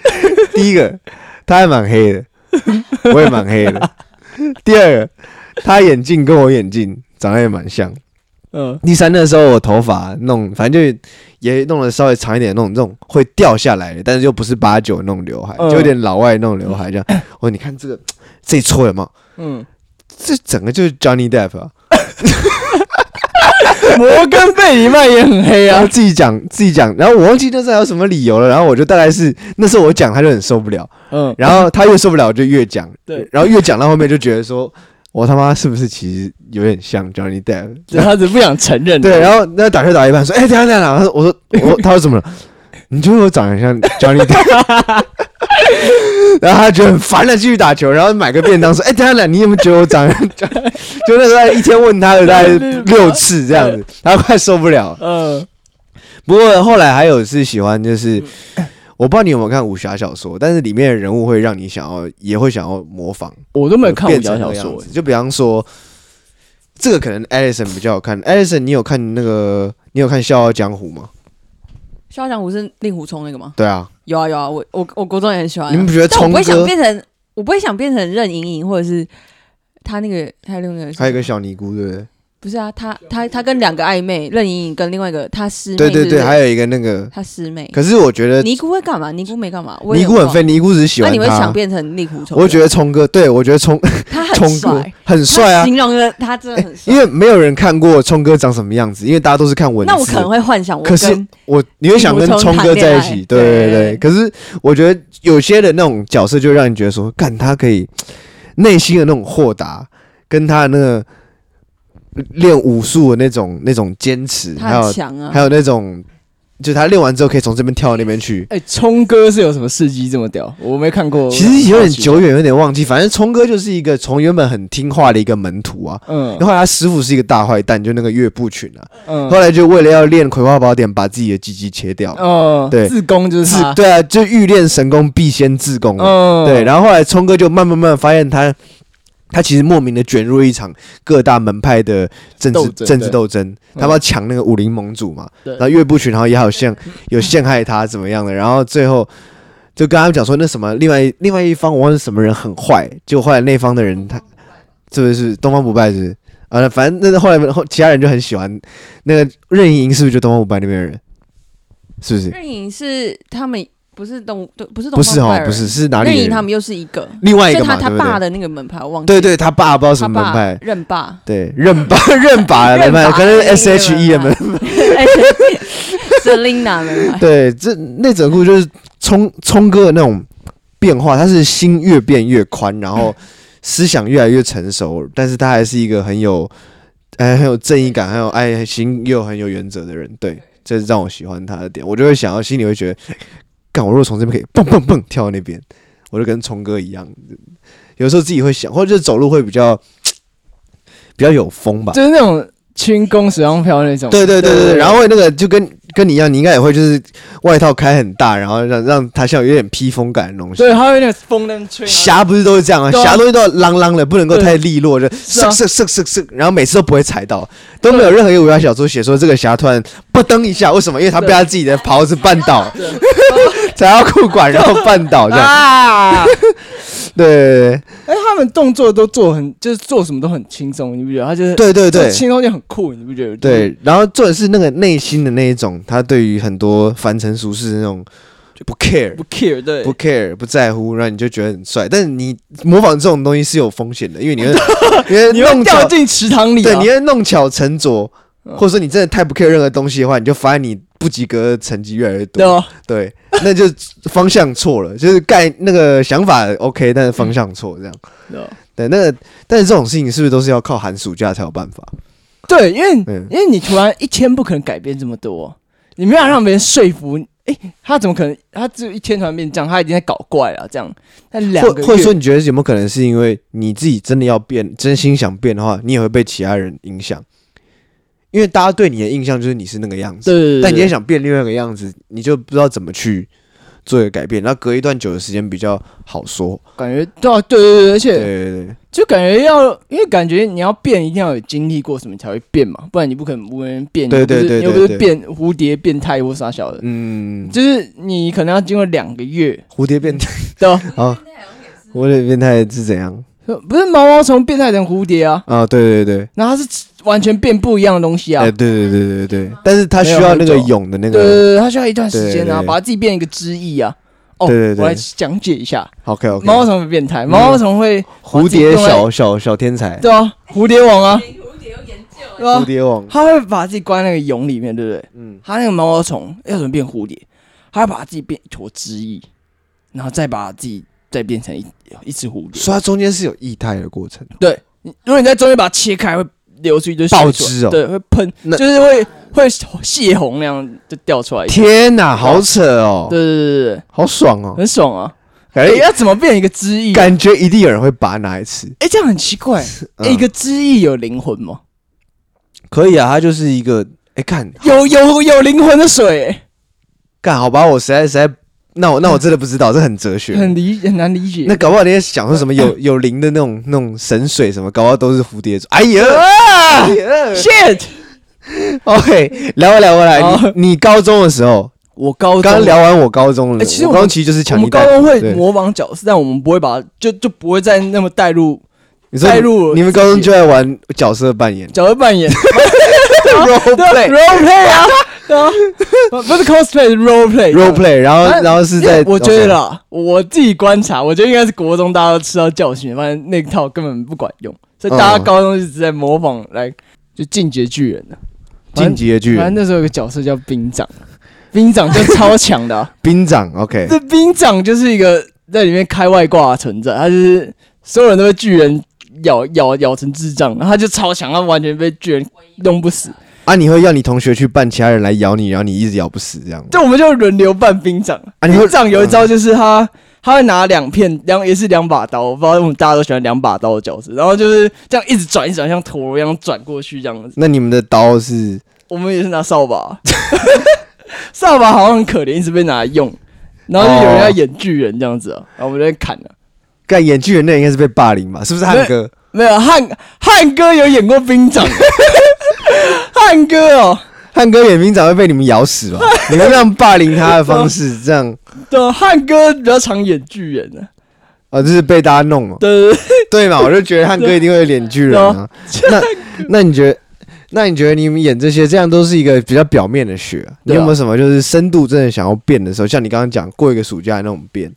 A: 第一个他还蛮黑的， 我也蛮黑的。第二个，他眼镜跟我眼镜长得也蛮像。
B: 嗯，
A: 第三，那时候我头发弄，反正就也弄得稍微长一点，那种这种会掉下来的，但是又不是八九那种刘海，
B: 嗯
A: 就有点老外那种刘海这 样。我说你看这个这一撮有没有？
B: 嗯，
A: 这整个就是 Johnny Depp 啊！
B: 摩根贝里曼也很黑
A: 然
B: 啊
A: 后。自己讲自己讲，然后我忘记那时候还有什么理由了，然后我就大概是那时候我讲他就很受不了，
B: 嗯，
A: 然后他越受不了，就越讲，
B: 对，
A: 然后越讲到后面就觉得说，我他妈是不是其实有点像 Johnny Depp？
B: 对他只不想承认。
A: 对，然后那打球打一半说，哎、等一下等一下，他说，我说，我说他说怎么了？你觉得我长得像 Johnny Depp？然后他觉得很烦了，继续打球，然后买个便当说，哎、等一下等一下，你有没有觉得我长得像 Johnny？就那时候他一天问他有大概六次这样子，他快受不了了。
B: 嗯，
A: 不过后来还有是喜欢，就是
B: 嗯
A: 我不知道你有没有看武侠小说，但是里面的人物会让你想要，也会想要模仿。
B: 我都没有看武
A: 变
B: 侠
A: 成
B: 小
A: 那个样
B: 说欸
A: 子，就比方说，这个可能 Alison 比较好看。Alison，你有看那个？你有看《笑傲江湖》吗？
C: 肖像湖是令狐冲那个吗？
A: 对啊，
C: 有啊有啊，我我我国中也很喜欢啊、
A: 你们觉得
C: 但我
A: 聪
C: 不会想
A: 哥
C: 变成，我不会想变成任盈盈，或者是他那个他那个
A: 还有一个小尼姑，对不对？
C: 不是啊，他他他跟两个暧昧，任盈盈跟另外一个他师妹，
A: 对对
C: 是不
A: 对，
C: 是
A: 还有一个那个。
C: 他师妹。
A: 可是我觉得
C: 尼姑会干嘛？尼姑没干嘛，我也
A: 尼姑很
C: 忘
A: 废，尼姑只是喜
C: 那
A: 欢
C: 你会想
A: 他。
C: 变成令狐冲？
A: 我觉得聪哥，对我觉得聪
C: 他很
A: 聪哥
C: 帅，
A: 很
C: 他
A: 帅啊，
C: 形容的他真的很帅。
A: 因为没有人看过聪哥长什么样子，因为大家都是看文字。
C: 那我可能会幻想我
A: 可是
C: 跟
A: 我你会想跟聪哥在一
C: 你
A: 起，
C: 不冲
A: 对
C: 谈
A: 对
C: 恋
A: 对。
C: 爱
A: 可是我觉得有些的那种角色，就让你觉得说，干他可以内心的那种豁达，跟他的那个练武术的那种那种坚持，还
C: 他很
A: 有
C: 强啊
A: 还，有那种就他练完之后可以从这边跳到那边去。
B: 哎，聪哥是有什么事迹这么屌？我没看
C: 哦
B: 过，
A: 其实有点
B: 好奇，
A: 久远，有点忘记。反正聪哥就是一个从原本很听话的一个门徒啊，
B: 嗯
A: 然后后来他师傅是一个大坏蛋，就那个岳不群啊。
B: 嗯
A: 后来就为了要练《葵花宝典》，把自己的鸡鸡切掉。
B: 哦，
A: 对
B: 自宫就是
A: 自
B: 他，
A: 对啊，就欲练神功，必先自宫。
B: 嗯，
A: 对，然后后来聪哥就慢慢慢慢发现他，他其实莫名的卷入一场各大门派的政
B: 斗
A: 治
B: 争
A: 政治
B: 对嗯
A: 斗争，他们要抢那个武林盟主嘛，
B: 对
A: 然后岳不群，然后也好 像有陷害他怎么样的，然后最后。就跟他们讲说，那什么，另外另外一方我忘了是什么人很坏，就后来那方的人他，是不是东方不败是不是啊？反正那后来后其他人就很喜欢那个任盈盈，是不是就东方不败那边的人？是不是？
C: 任颖是他们不是东对不是东
A: 不是哦
C: 方拜，尔
A: 不是，是哪里的
C: 任
A: 人？
C: 颖他们又是一个，
A: 另外一
C: 就
A: 个
C: 他
A: 嘛，
C: 他
A: 对不对
C: 爸？的那个门派，我忘记
A: 对对，他爸不知道什
C: 他
A: 么门
C: 爸
A: 派，
C: 任爸
A: 对，任 爸任爸的门派，可能 S H E 的门派。
C: E ，Selina 门派，
A: 对，这那整部就是聪聪哥的那种变化，他是心越变越宽，然后思想越来越成熟，但是他还是一个很有，哎，很有正义感，很有爱心，又很有原则的人。对，这是让我喜欢他的点，我就会想要心里会觉得，干，我如果从这边可以蹦蹦蹦跳到那边，我就跟聪哥一样。有时候自己会想，或者就是走路会比较比较有风吧，
B: 就是那种轻功十方飘那种，
A: 对对对对对，然后那个就跟跟你一样，你应该也会就是外套开很大，然后让让它像有点披风感的东西。
B: 对，它有点风能吹，
A: 侠不是都是这样啊，
B: 对啊
A: 侠东西都要啷啷的，不能够太利落，就是
B: 啊
A: 嗖嗖嗖�'嗖，然后每次都不会踩到，都没有任何一个武侠小说写说这个侠突然扑噔一下，为什么？因为他被他自己的袍子绊倒， 踩到裤管 然后绊倒这样。
B: 啊！
A: 对对
B: 哎，他们动作都做很，就是做什么都很轻松，你不觉得？他就是
A: 对对对
B: 做
A: 对
B: 轻松就很酷，你不觉得？就是，
A: 对，然后重点是那个内心的那一种，他对于很多凡尘俗世的那种不 care，
B: 不 care，对，
A: 不 care 不在乎，然后你就觉得很帅。但是你模仿这种东西是有风险的，因为你 会
B: 你
A: 你会
B: 会
A: 弄
B: 掉
A: 巧，
B: 进池塘里啊，
A: 对，你会弄巧成拙，
B: 嗯
A: 或者说你真的太不 care 任何东西的话，你就发现你不及格的成绩越来越
B: 对哦
A: 多。
B: 吧？
A: 对，那就方向错了，就是概那个想法 OK，但是
B: 嗯
A: 方向错这样。
B: 对吧
A: 对，那个但是这种事情是不是都是要靠寒暑假才有办法？
B: 对，因为
A: 嗯
B: 因为你突然一天不可能改变这么多，你没有让别人说服。哎，他怎么可能？他只有一天突然变这样，他已经在搞怪了。这样，那两
A: 或
B: 个
A: 或者
B: 月
A: 说你觉得有没有可能是因为你自己真的要变，真心想变的话，你也会被其他人影响，因为大家对你的印象就是你是那个样子。
B: 对对对，
A: 但你也
B: 想
A: 想变另外一个样子，你就不知道怎么去做一个改变。那隔一段久的时间比较好说。
B: 感觉对啊对对对，而
A: 对
B: 且
A: 对对，
B: 就感觉要，因为感觉你要变，一定要有经历过什么才会变嘛，不然你不可能无人变。
A: 对对对
B: 你又不是你又
A: 对对
B: 不是变蝴蝶变态或啥小的，
A: 嗯，
B: 就是你可能要经过两个月，
A: 蝴蝶变态
B: 对吧？
A: 啊，蝴蝶变态是怎样
B: 不是毛毛虫变态成蝴蝶啊，
A: 啊？对对对，
B: 然后它是完全变不一样的东西啊。
A: 哎，对对对对对，但是他需要那个勇的那
B: 对对
A: 个。
B: 对对，它需要一段时间啊，
A: 对对对
B: 把它自己变一个知意啊。哦，
A: 对对对
B: 我来讲解一下，
A: OK 嗯
B: 毛毛
A: OK，
B: 虫会变态，毛毛虫会
A: 蝴蝶小小小天才，
B: 对啊，蝴蝶王啊，对
A: 蝴
B: 吧？
A: 蝶王，
B: 它会把自己关在那个蛹里面，对不对？
A: 嗯，
B: 它那个毛毛虫要怎么变蝴蝶？它要把自己变一坨汁液，然后再把自己再变成一一只蝴蝶。
A: 所以它中间是有液态的过程。
B: 对，你如果你在中间把它切开，会流出一堆水
A: 爆
B: 出来
A: 汁哦
B: 对，会喷，
A: 那
B: 就是会会泄洪那样就掉出来。对
A: 天哪，好扯哦，
B: 哎对对对对，
A: 好爽哦，
B: 很爽啊！
A: 感
B: 哎、
A: 觉
B: 要怎么变一个汁液？哎、
A: 感觉一定有人会把它拿来吃。
B: 这样很奇怪。哎、
A: 嗯
B: 一个汁液有灵魂吗？
A: 可以啊，它就是一个，哎，看
B: 有有有灵魂的水、
A: 干好吧，我实在实在，那我那我真的不知道，这很哲学。
B: 嗯很嗯理很难理解。
A: 那搞不好人家想说什么有有灵的那种那种神水什么，搞不好都是蝴蝶。哎呀，
B: 啊
A: 哎呀
B: ，shit！
A: ，OK，聊回来聊回啊来
B: 好，
A: 你你高中的时候，
B: 哦我高中
A: 刚刚聊完我高中了，
B: 哎其实
A: 我
B: 我
A: 高
B: 们
A: 中其实就是
B: 我
A: 强
B: 们
A: 力
B: 高
A: 带入。
B: 中会
A: 对
B: 模仿角色，但我们不会把就就不会再那么带入
A: 你说
B: 带入
A: 你们
B: 自己
A: 高中就在玩角色扮演
B: 角色 扮演
A: ，role
B: 对啊
A: play
B: role play 啊，对啊，不不是 cosplay 是 role play
A: role play，然后
B: 但
A: 然后是在
B: 因为我觉得
A: OK
B: 啦，我自己观察，我觉得应该是国中大家都吃到教训，发现那套根本不管用，所以大家
A: 嗯
B: 高中一直在模仿来就进阶巨人的
A: 进击的巨
B: 反正
A: 人
B: 那时候有个角色叫兵长，兵长就超 强的啊、
A: 兵长 OK，
B: 这兵长就是一个在里面开外挂的存在，他就是所有人都被巨人咬咬咬成智障，然后他就超强，他完全被巨人弄不死。
A: 啊，你会要你同学去扮其他人来咬你，然后你一直咬不死这样吗。
B: 这我们就轮流扮兵长。
A: 啊你会
B: 兵长有一招就是他、他会拿两片两也是两把刀，我不知道为什么大家都喜欢两把刀的角色，然后就是这样一直转一直转，像陀螺一样转过去这样子。
A: 嗯那你们的刀是
B: 我们也是拿扫把， 扫把好像很可怜，一直被拿来用。然后就有人要演巨人这样子啊，然后我们就在砍了、
A: 干演巨人那应该是被霸凌吧？是不是汉哥？
B: 没有汉汉哥有演过兵长， 汉哥哦，
A: 汉哥演兵长会被你们咬死 吧？你们这样霸凌他的方式，这样
B: 对，啊汉哥比较常演巨人的、啊，
A: 啊，就是被大家 弄嘛，
B: 对对对
A: 对嘛？我就觉得汉哥一定会脸巨人啊。那那你觉得？那你觉得你们演这些，这样都是一个比较表面的学、你有没有什么就是深度真的想要变的时候？像你刚刚讲过一个暑假的那种变，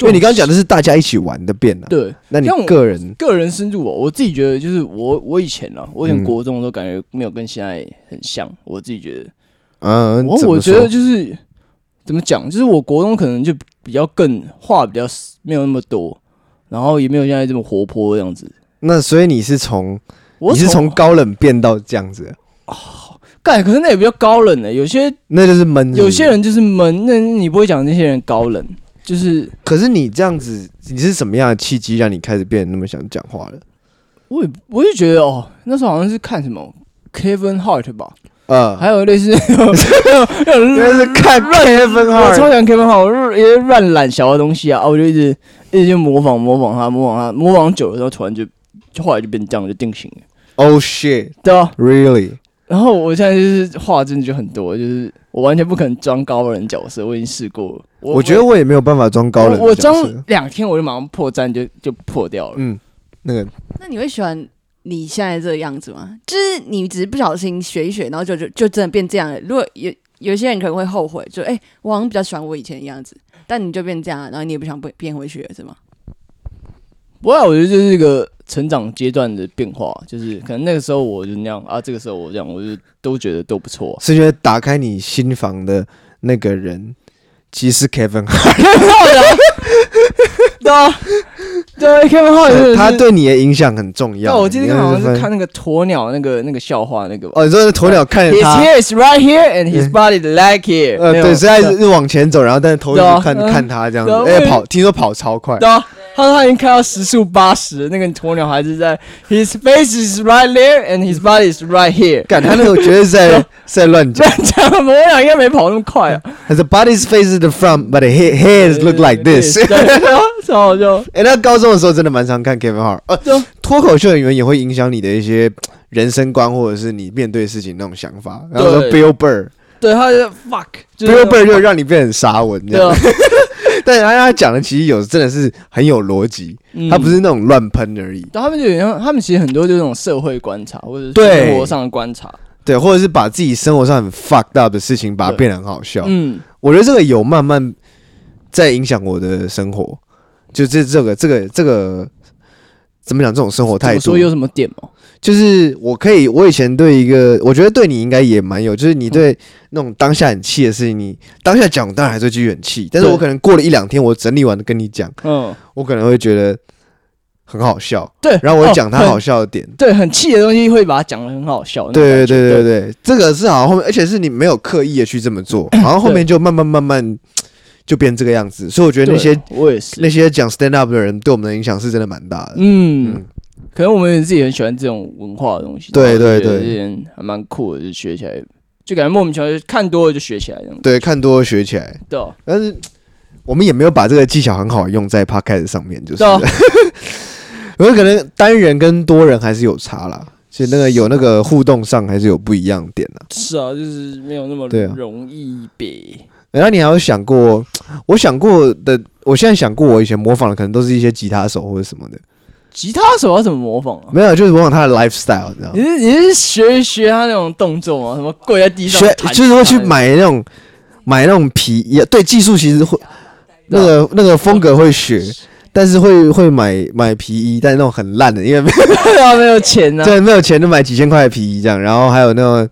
A: 因为你刚刚讲的是大家一起玩的变啊。
B: 对。
A: 那你
B: 像我
A: 个人
B: 个人深度、哦，我自己觉得就是我我以前啊，我以
A: 嗯
B: 前国中的时候感觉没有跟现在很像，我自己觉得，
A: 嗯，
B: 我
A: 怎
B: 我
A: 么
B: 觉
A: 说
B: 得就是怎么讲，就是我国中可能就比较更话比较死没有那么多，然后也没有现在这么活泼这样子。
A: 那所以你是从
B: 我
A: 你是从高冷变到这样子，
B: 干，可是那也比较高冷欸的、有些
A: 那就是闷。
B: 有些
A: 人，
B: 人就是闷，那你不会讲那些人高冷，就是
A: 可是你这样子，你是什么样的契机让你开始变得那么想讲话了？
B: 我也我就觉得哦，那时候好像是看什么 Kevin Hart 吧，
A: 呃，
B: 还有类似
A: 因为是看 Kevin
B: 我超
A: Hart，
B: 喜欢 Kevin 好，我一些乱懒小的东西啊，啊，我就一直一直就模仿模仿他，模仿他，模仿久了之后，突然就就后来就变这样，就定型了，
A: ，Oh shit，really？
B: 对啊。 然后我现在就是话真的就很多，就是我完全不可能装高冷角色，我已经试过了。我
A: 我觉得我也没有办法装高冷
B: 我我
A: 的角
B: 装
A: 色，
B: 两天我就马上破绽，就就破掉了。
A: 嗯，那个
C: 那你会喜欢你现在这个样子吗？就是你只是不小心学一学，然后就就就真的变这样了。如果有有些人可能会后悔，就哎、我好像比较喜欢我以前的样子，但你就变这样了，然后你也不想变变回去了，是吗？
B: 不过我觉得这是一个成长阶段的变化，就是可能那个时候我就那样啊，这个时候我这样，我就都觉得都 不错、
A: 是因为打开你心房的那个人，其实是 Kevin Hart，
B: 啊对啊，对啊，Kevin Hart 真的是
A: 他对你的影响很重
B: 对，啊
A: 要。
B: 我今天好像
A: 你
B: 是看那个鸵鸟那个那个笑话那个吧。
A: 哦，你说是鸵鸟看着
B: His
A: 他，
B: hair is right here and his
A: 嗯
B: body like here。
A: 呃，
B: 没有
A: 对，所以他一直往前走，然后但是头一
B: 对
A: 直
B: 啊
A: 看
B: 嗯
A: 看他这样子，
B: 对啊
A: 哎，跑，听说跑超快。
B: 对啊，他说他已经开到时速八十，那个鸵鸟还是在 His face is right there and his body is right here。
A: 感他那个我觉得是在
B: 啊
A: 是在乱
B: 这
A: 讲，
B: 样讲，鸵鸟应该没跑那么快啊。
A: 他说 body's face is the front, but the head heads look like this
B: 对。对对啊超好笑。
A: 哎，那高中的时候真的蛮常看 Kevin Hart，呃
B: 对啊，
A: 脱口秀演员也会影响你的一些人生观，或者是你面对事情那种想法。然后说
B: 对
A: Bill Burr，Bill
B: 对，他就 fuck，就是
A: Burr 就让你变成沙文这
B: 对啊
A: 样，， 但是他他讲的其实有真的是很有逻辑，
B: 嗯
A: 他不是那种乱喷而已。
B: 对他们就有点像，他们其实很多就是那种社会观察或者是
A: 对
B: 生活上的观察。
A: 对，或者是把自己生活上很 fucked up 的事情，把它
B: 对
A: 变得很好笑。
B: 嗯，
A: 我觉得这个有慢慢在影响我的生活，就这这个这个这个怎么讲？这种生活
B: 怎
A: 态
B: 么
A: 度
B: 说，有什么点吗？
A: 就是我可以，我以前对一个，我觉得对你应该也蛮有，就是你对那种当下很气的事情，你当下讲，我当然还是会继续很气，但是
B: 对
A: 我可能过了一两天，我整理完跟你讲，
B: 嗯，
A: 我可能会觉得很好 笑，
B: 对。
A: 然后我会讲
B: 哦
A: 他
B: 很
A: 好笑的点。
B: 对，很气的东西会把它讲哦的很好笑。那种
A: 对对
B: 感觉
A: 对对
B: 对，
A: 对，这个是好像后面，而且是你没有刻意的去这么做，然后后面就慢慢慢慢就变这个样子。所以我觉得那些
B: 我也是，
A: 那些讲 stand up 的人对我们的影响是真的蛮大的。
B: 嗯
A: 嗯，
B: 可能我们自己很喜欢这种文化的东西。
A: 对对对
B: 之前还蛮酷的，就学起来，就感觉莫名其妙就看多了就学起来这样。
A: 对，看多了学起来，
B: 对啊
A: 但是我们也没有把这个技巧很好地用在 podcast 上面，就是
B: 对啊，
A: 有可能单人跟多人还是有差啦，所以那个有那个互动上还是有不一样的点的。
B: 是啊，就是没有那么
A: 对啊
B: 容易被。
A: 然后你还有想过，我想过的，我现在想过，我以前模仿的可能都是一些吉他手或者什么的，
B: 吉他手要怎么模仿啊？
A: 没有，就是模仿他的 lifestyle，你知道吗
B: 你？是你是学学他那种动作吗？什么跪在地上
A: 学
B: 弹
A: 就是会去
B: 吉他
A: 买那种买那种皮，也对技术其实会那个那个风格会学，但是会会买买皮衣，但是那种很烂的，因为没有
B: 对啊，没有钱呐。
A: 对没有钱就买几千块的皮衣这样，然后还有那种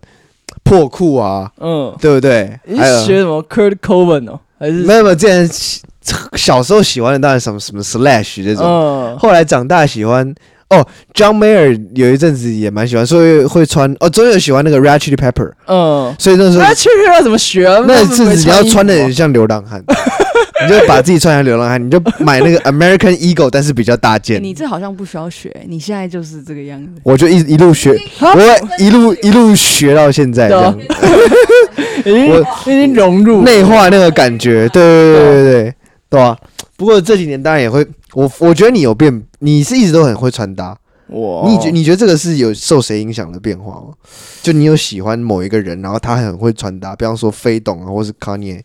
A: 破裤啊，
B: 嗯，
A: 对不对？
B: 你
A: 还
B: 是
A: 有
B: 学什么 Kurt Cobain 哦？还是
A: 没有没有之前小小时候喜欢的当然什么什么 slash 这种，
B: 嗯
A: 后来长大喜欢。哦 John Mayer 有一阵子也蛮喜欢，所以会穿哦，周有喜欢那个 Red Chili Pepper，
B: 嗯，
A: 所以那时候
B: 那去要怎么学啊？
A: 那
B: 他们
A: 阵
B: 没
A: 子你要
B: 穿衣服
A: 穿的
B: 啊
A: 很像流浪汉，你就把自己穿成流浪汉，你就买那个 American Eagle，但是比较大件。
C: 哎你这好像不需要学，你现在就是这个样子。
A: 我就一一路学，
B: 啊
A: 我一路一路学到现在这样，
B: 已经
A: 我
B: 已经融
C: 啊
B: 入
A: 内化那个感觉，对对对对对，对吧、不过这几年当然也会，我我觉得你有变，你是一直都很会穿搭，
B: 我
A: 你觉你觉得这个是有受谁影响的变化吗？就你有喜欢某一个人，然后他很会穿搭，比方说飞董啊，或是 Kanye，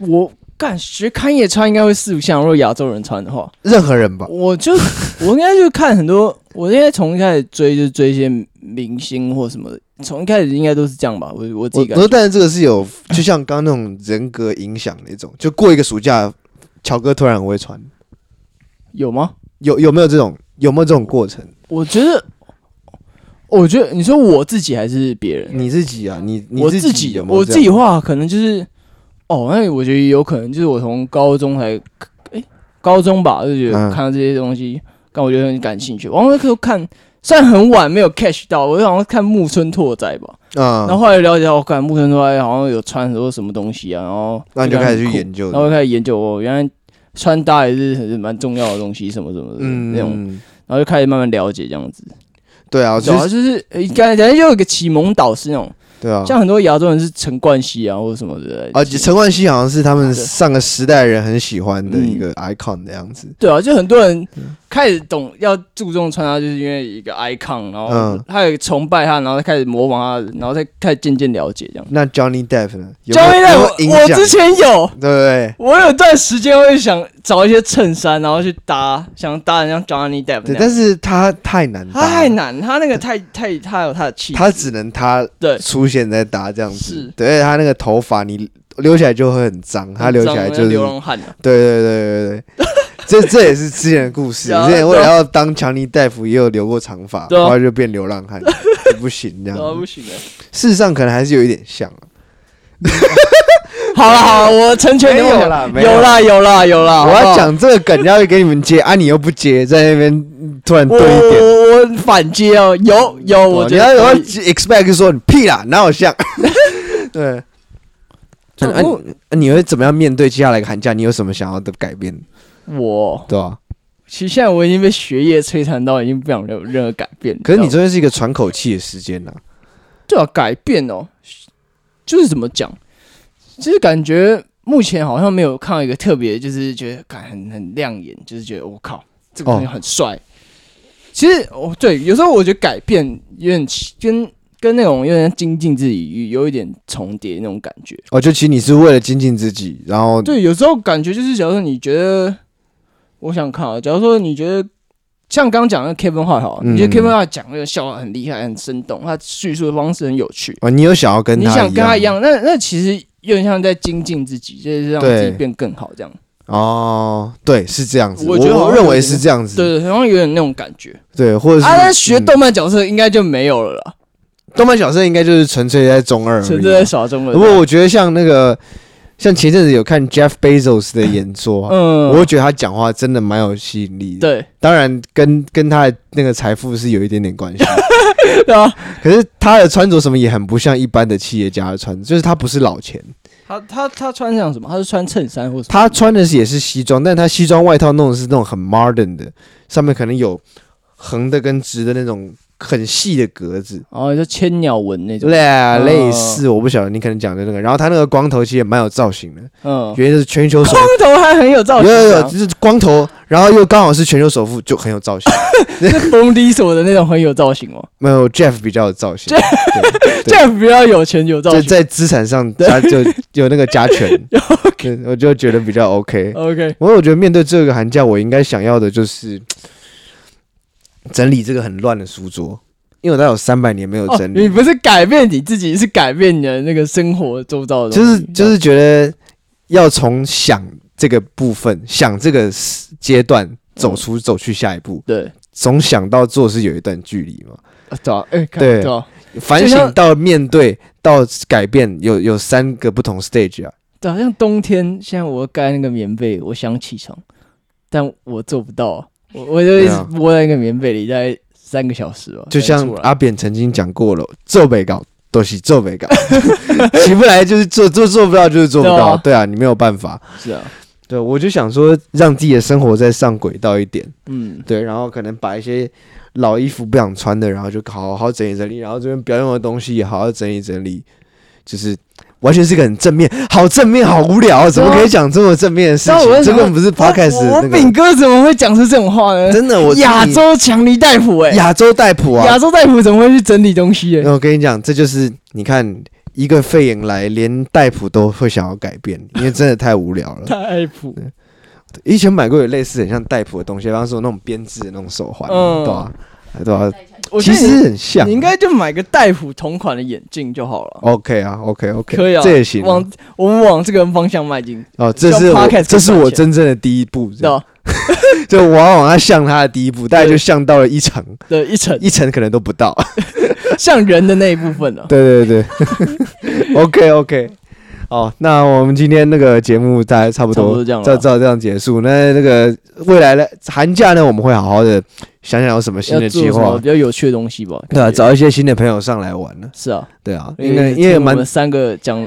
B: 我感觉看夜穿应该会四不像，如果亚洲人穿的话，
A: 任何人吧，
B: 我 就我应该就看很多，我应该从一开始追就追一些明星或什么的，从一开始应该都是这样吧。我我自
A: 我我
B: 己感
A: 说，
B: 觉，
A: 但是这个是有，就像刚刚那种人格影响那种，就过一个暑假，乔哥突然很会穿，
B: 有吗？
A: 有有没有这种有没有这种过程？
B: 我觉得，我觉得你说我自己还是别人？
A: 你自己啊，你你
B: 我
A: 自
B: 己
A: 有没有
B: 我
A: 这
B: 自己
A: 样
B: 话可能就是，哦，那我觉得也有可能就是我从高中才，哎、高中吧就觉得
A: 嗯
B: 看到这些东西，但我觉得很感兴趣。然后那时候看，虽然很晚没有 catch 到，我就好像看木村拓哉吧，
A: 啊，
B: 然后后来了解到，我哦看木村拓哉好像有穿很多什么东西啊，然后
A: 那你就
B: 觉得
A: 开
B: 很
A: 始去
B: 酷
A: 研究
B: 然后开始研究哦，原来穿搭也是很是蛮重要的东西，什么什么的那种，
A: 嗯，然
B: 然后就开始慢慢了解这样子。
A: 对啊，
B: 主
A: 就
B: 要
A: 是
B: 就是呃感感觉就有一个启蒙导师那种，
A: 对啊，
B: 像很多亚洲人是陈冠希啊或者什么的，
A: 而且陈冠希好像是他们
B: 对
A: 上个时代人很喜欢的
B: 嗯
A: 一个 icon 的样子，
B: 对啊，就很多人
A: 嗯
B: 开始懂要注重穿搭，就是因为一个 icon，然后
A: 嗯
B: 他也崇拜他，然后开始模仿他，然后再开始渐渐了解这样。
A: 那 Johnny Depp 呢？有没有
B: Johnny
A: 有
B: Depp，
A: 没有影
B: 我
A: 响？对
B: 之前有，
A: 不对？
B: 我有段时间会想找一些衬衫，然后去搭，想搭的像 Johnny Depp
A: 对，
B: 那样。
A: 但是他太难搭
B: 他
A: 了，
B: 太难，他那个太太他有他的气质，
A: 他只能他
B: 对
A: 出现在搭这样
B: 是
A: 子，对他那个头发你留起来就会很脏，他留起来就是对
B: 很脏那流浪汉啊。
A: 对对对对。这这也是之前的故 事，
B: 对啊
A: 之前为了要当强尼大夫也有留过长发，
B: 对啊
A: 然后就变流浪 汉，不行这
B: 然后
A: 样
B: 啊不
A: 子。
B: 行了。
A: 事实上可能还是有一点像啊，
B: 好了好了，我成全你
A: 没
B: 们
A: 有啦没有
B: 有啦有啦有啦。
A: 我
B: 好不
A: 要
B: 好
A: 讲这个梗，要给你们接 啊，你又不接，在那边嗯突 然
B: 我
A: 对一点。嗯啊
B: 我我反接哦，有有，哦我
A: 你
B: 觉
A: 要
B: 得
A: 我要
B: 可以
A: expect 说你屁啦，哪有 像？对。
B: 对
A: 啊
B: 我
A: 你啊你会怎么样面对接下来的寒假？你有什么想要的改变？
B: 我
A: 对吧、
B: 其实现在我已经被学业摧残到，已经不想有任何改变。
A: 可是你
B: 知
A: 中
B: 道吗
A: 间是一个喘口气的时间呐、
B: 对啊，改变哦，就是怎么讲，就是感觉目前好像没有看到一个特别，就是觉得感很很亮眼，就是觉得我靠，这个
A: 哦
B: 东西很帅。其实哦，对，有时候我觉得改变有点奇跟跟那种有点精进自己有有一点重叠那种感觉。
A: 哦，就其实你是为了精进自己，然后
B: 对，有时候感觉就是，假如说你觉得，我想看啊，假如说你觉得。像刚刚讲的 Kevin Hart 好了，你觉
A: 嗯
B: 得 Kevin Hart 讲那个笑话很厉害、很生动，他叙述的方式很有趣，
A: 哦，你有想要跟
B: 你
A: 他
B: 想跟他一样，那那其实有点像在精进自己，就是让
A: 对
B: 自己变更好这样。
A: 哦，对，是这样子，
B: 我
A: 我
B: 觉得好像
A: 认
B: 有
A: 为
B: 点
A: 是这样子，
B: 对对，好像有点那种感觉。
A: 对，或者是、
B: 啊，但学
A: 嗯
B: 动漫角色应该就没有了啦，
A: 动漫小生应该就是纯粹在中二而已，啊
B: 纯粹在耍中
A: 嗯
B: 文。
A: 不过我觉得像那个，像前阵子有看 Jeff Bezos 的演说啊，
B: 嗯，
A: 我会觉得他讲话真的蛮有吸引力的。
B: 对
A: 当然跟跟他的那个财富是有一点点关系，
B: 对啊，
A: 可是他的穿着什么也很不像一般的企业家的穿着，就是他不是老钱，
B: 他他他穿像什么？他是穿衬衫或什么？
A: 他穿的是也是西装，但他西装外套弄的是那种很 modern 的，上面可能有横的跟直的那种很细的格子。
B: 哦，就千鸟纹那种。
A: 类类似，我不晓得你可能讲的那个，然后他那个光头其实也蛮有造型的，
B: 嗯，
A: 原因是全球首
B: 光头还很有
A: 有
B: 造型啊，
A: 有有，就是光头，然后又刚好是全球首富，就很有造 型。
B: 是冯迪所的那种很有造型哦。
A: 没有 Jeff 比较有造型，
B: 这
A: 对
B: 样比较有钱有 造
A: 在
B: 型。
A: 在资产上他就有那个加 权，对我就觉得比较 OK。
B: OK，
A: 我我觉得面对这个寒假，我应该想要的就是整理这个很乱的书桌，因为我大概有三百年没有
B: 哦，
A: 整
B: 你
A: 理，
B: 不是改变你自己，是改变你的那个生活周遭的东
A: 就
B: 西。
A: 是就是觉得要从想这个部分，想这个阶段走出走去下一步，
B: 对，
A: 从想到做是有一段距离嘛。
B: 啊对啊，哎，看
A: 对
B: 对啊，
A: 反省到面对到改变有有三个不同 stage 啊，
B: 对啊，像冬天，现在我盖那个棉被，我想起床，但我做不到啊。我我就一
A: 对
B: 直
A: 啊
B: 窝在一个棉被里，大概三个小时吧。
A: 就
B: 才
A: 像啊
B: 出来
A: 阿扁曾经讲过了，做北港都是做北港， 起不来就是做做做不到就是做不
B: 对
A: 到，
B: 啊
A: 对啊，你没有办法。
B: 是啊，
A: 对，我就想说让自己的生活再上轨道一点，
B: 嗯，
A: 对，然后可能把一些老衣服不想穿的，然后就好好整理整理，然后这边表演的东西也好好整理整理，就是完全是个很正面，好正面，好无聊，啊怎么可以讲这么正面的事
B: 啊对啊我
A: 情？这
B: 就想说
A: 根本不是 podcast
B: 我
A: 的
B: 我
A: 那
B: 炳
A: 个，
B: 哥怎么会讲出这种话呢？
A: 真的我
B: 亚洲强尼戴普哎、
A: 亚洲带普啊
B: 亚，洲戴普怎么会去整理东西哎、
A: 那我跟你讲，这就是你看一个肺炎来，连戴普都会想要改变，因为真的太无聊了。
B: 戴普，
A: 以前买过有类似很像戴普的东西，比方说那种编织的那种手环，
B: 嗯
A: 对吧、啊？对吧、
B: 我觉
A: 其
B: 得
A: 实
B: 你
A: 很像。啊
B: 你应该就买个戴普同款的眼镜就好了。
A: OK 啊，OK OK，
B: 可以啊，
A: 这也行啊、
B: 往我们往这个方向迈进，
A: 哦，这是
B: 叫
A: 我
B: podcast
A: 这是
B: 更
A: 我
B: 赚钱
A: 真正的第一步，
B: 知道
A: 就我要往他向他的第一步，大概就向到了一层，
B: 的一层
A: 一层可能都不到。
B: 像人的那一部分啊了。
A: 对对对 ，OK OK。哦，那我们今天那个节目大概差不
B: 差不
A: 多
B: 多这样了
A: 照照这样结束。那那个未来的寒假呢，我们会好好的想想有什么新
B: 要
A: 的
B: 做
A: 计
B: 什么
A: 划
B: 比，较有趣的东西吧？
A: 对啊，
B: 感觉
A: 找一些新的朋友上来玩呢。
B: 是啊，
A: 对啊，因
B: 因为
A: 为因为
B: 我
A: 蛮
B: 们三个讲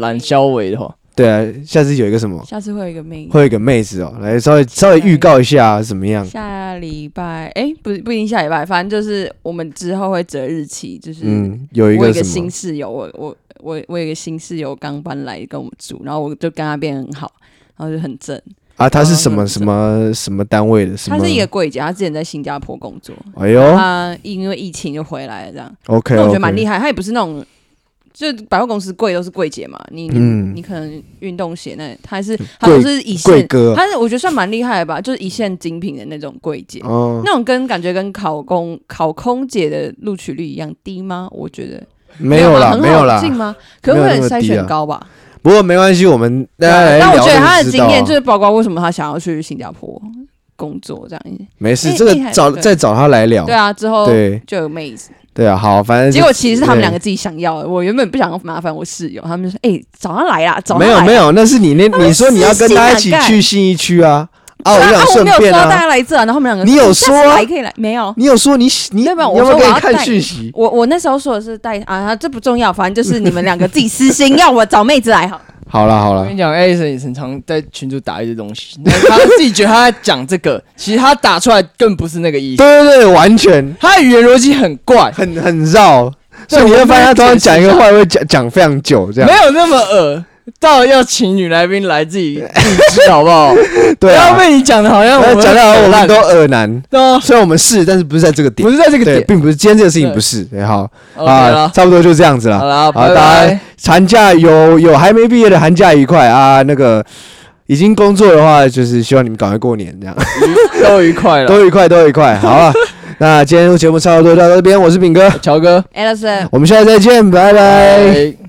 B: 懒消委的话，
A: 对啊，下次有一个什么，
C: 下次会有一个妹，
A: 会有一个妹子哦，来稍微稍微预告一下怎么样？
C: 下礼拜哎，不不一定下礼拜，反正就是我们之后会择日期，就是
A: 嗯，有一
C: 我
A: 个
C: 有一个
A: 什
C: 新
A: 么？
C: 室友，我我我我有一个新室友刚搬来跟我们住，然后我就跟他变很好，然后就很正。
A: 啊，他是
C: 哦
A: 什么
C: 那
A: 什么什么单位的？什
C: 他
A: 么？
C: 是一个柜姐，他之前在新加坡工作，
A: 哎呦
C: 他因为疫情就回来了这样。
A: ，OK，
C: 那我觉得蛮厉害，他也不是那种。就百货公司柜都是柜姐嘛，你你,、
A: 嗯
C: 你可能运动鞋那，他还是他都是一
A: 贵
C: 线，
A: 哥
C: 他是我觉得算蛮厉害的吧，就是一线精品的那种柜姐，
A: 哦，
C: 那种跟感觉跟考公考空姐的录取率一样低吗？我觉得
A: 没有
C: 吗
A: 啦，
C: 很
A: 没有
C: 好
A: 啦，
C: 进吗？可能
A: 没
C: 会
A: 有
C: 很
A: 那么
C: 筛
A: 低
C: 选
A: 啊
C: 高吧。
A: 不过没关系，我们大家来
C: 啊但我
A: 聊
C: 觉得
A: 就
C: 他的
A: 知
C: 经
A: 道
C: 验
A: 啊
C: 就是包括为什么他想要去新加坡工作这样，
A: 没事，
C: 厉
A: 这
C: 哎厉
A: 个
C: 害
A: 找
C: 对
A: 再找他来聊
C: 对。啊，之后
A: 哦对
C: 就有妹子。
A: 对啊，好，反正
C: 结
A: 就
C: 果其实是他们两个
A: 对
C: 自己想要的，我原本不想麻烦我室友，他们就说：“哎、找他来啦，找他
A: 没
C: 来
A: 有
C: 啦。
A: 没有，那是你那你说你要跟他一起去新一区啊啊，我
C: 对啊，
A: 想
C: 啊我
A: 顺
C: 没有说
A: 便
C: 要大
A: 啊，
C: 家来这、啊，然后他们两个
A: 你有
C: 下次
A: 说啊
C: 来可以来，没有。
A: 你有说你喜你你
C: 没
A: 要
C: 有没有
A: 不要
C: 我说
A: 给
C: 我
A: 你
C: 要
A: 看
C: 带
A: 讯息？
C: 我我那时候说的是带啊，这不重要，反正就是你们两个自己 私心要我找妹子来好。
A: 好了好
B: 我
A: 了
B: 跟，你讲，Alison 也很常在群主打一些东西， 然后他自己觉得他在讲这个，其实他打出来更不是那个意
A: 对
B: 思，
A: 对对，完全
B: 他的语言逻辑很怪，
A: 很很绕，所
B: 对
A: 以你
B: 我
A: 会
B: 们
A: 发现他
B: 来
A: 通常讲
B: 解释
A: 一
B: 一
A: 个
B: 下
A: 话会讲讲非常久这
B: 没
A: 样。
B: 有那么恶，到要请女来宾来 自己自己知好不好？不
A: 对
B: 要
A: 啊，
B: 被你讲的好像
A: 那
B: 我
A: 讲到我们都耳难，
B: 对啊，
A: 虽然我们是，但是不是在这个点
B: 不。是在这个
A: 对，
B: 点。
A: 并不是今天这个事情
B: 对
A: 不是，对好
B: OK
A: 啊，
B: 了，
A: 差不多就这样子了
B: 好。了，
A: 好，
B: 拜
A: 大
B: 拜
A: 家。寒假有有还没毕业的寒假愉快啊！那个已经工作的话，就是希望你们赶快过年，这样
B: 都愉快了，
A: 都愉快，都愉快，好 啊！那今天节目差不多到这边，我是炳哥，
B: 乔哥，
C: Alison，
A: 我们下次再见，拜拜。
B: 拜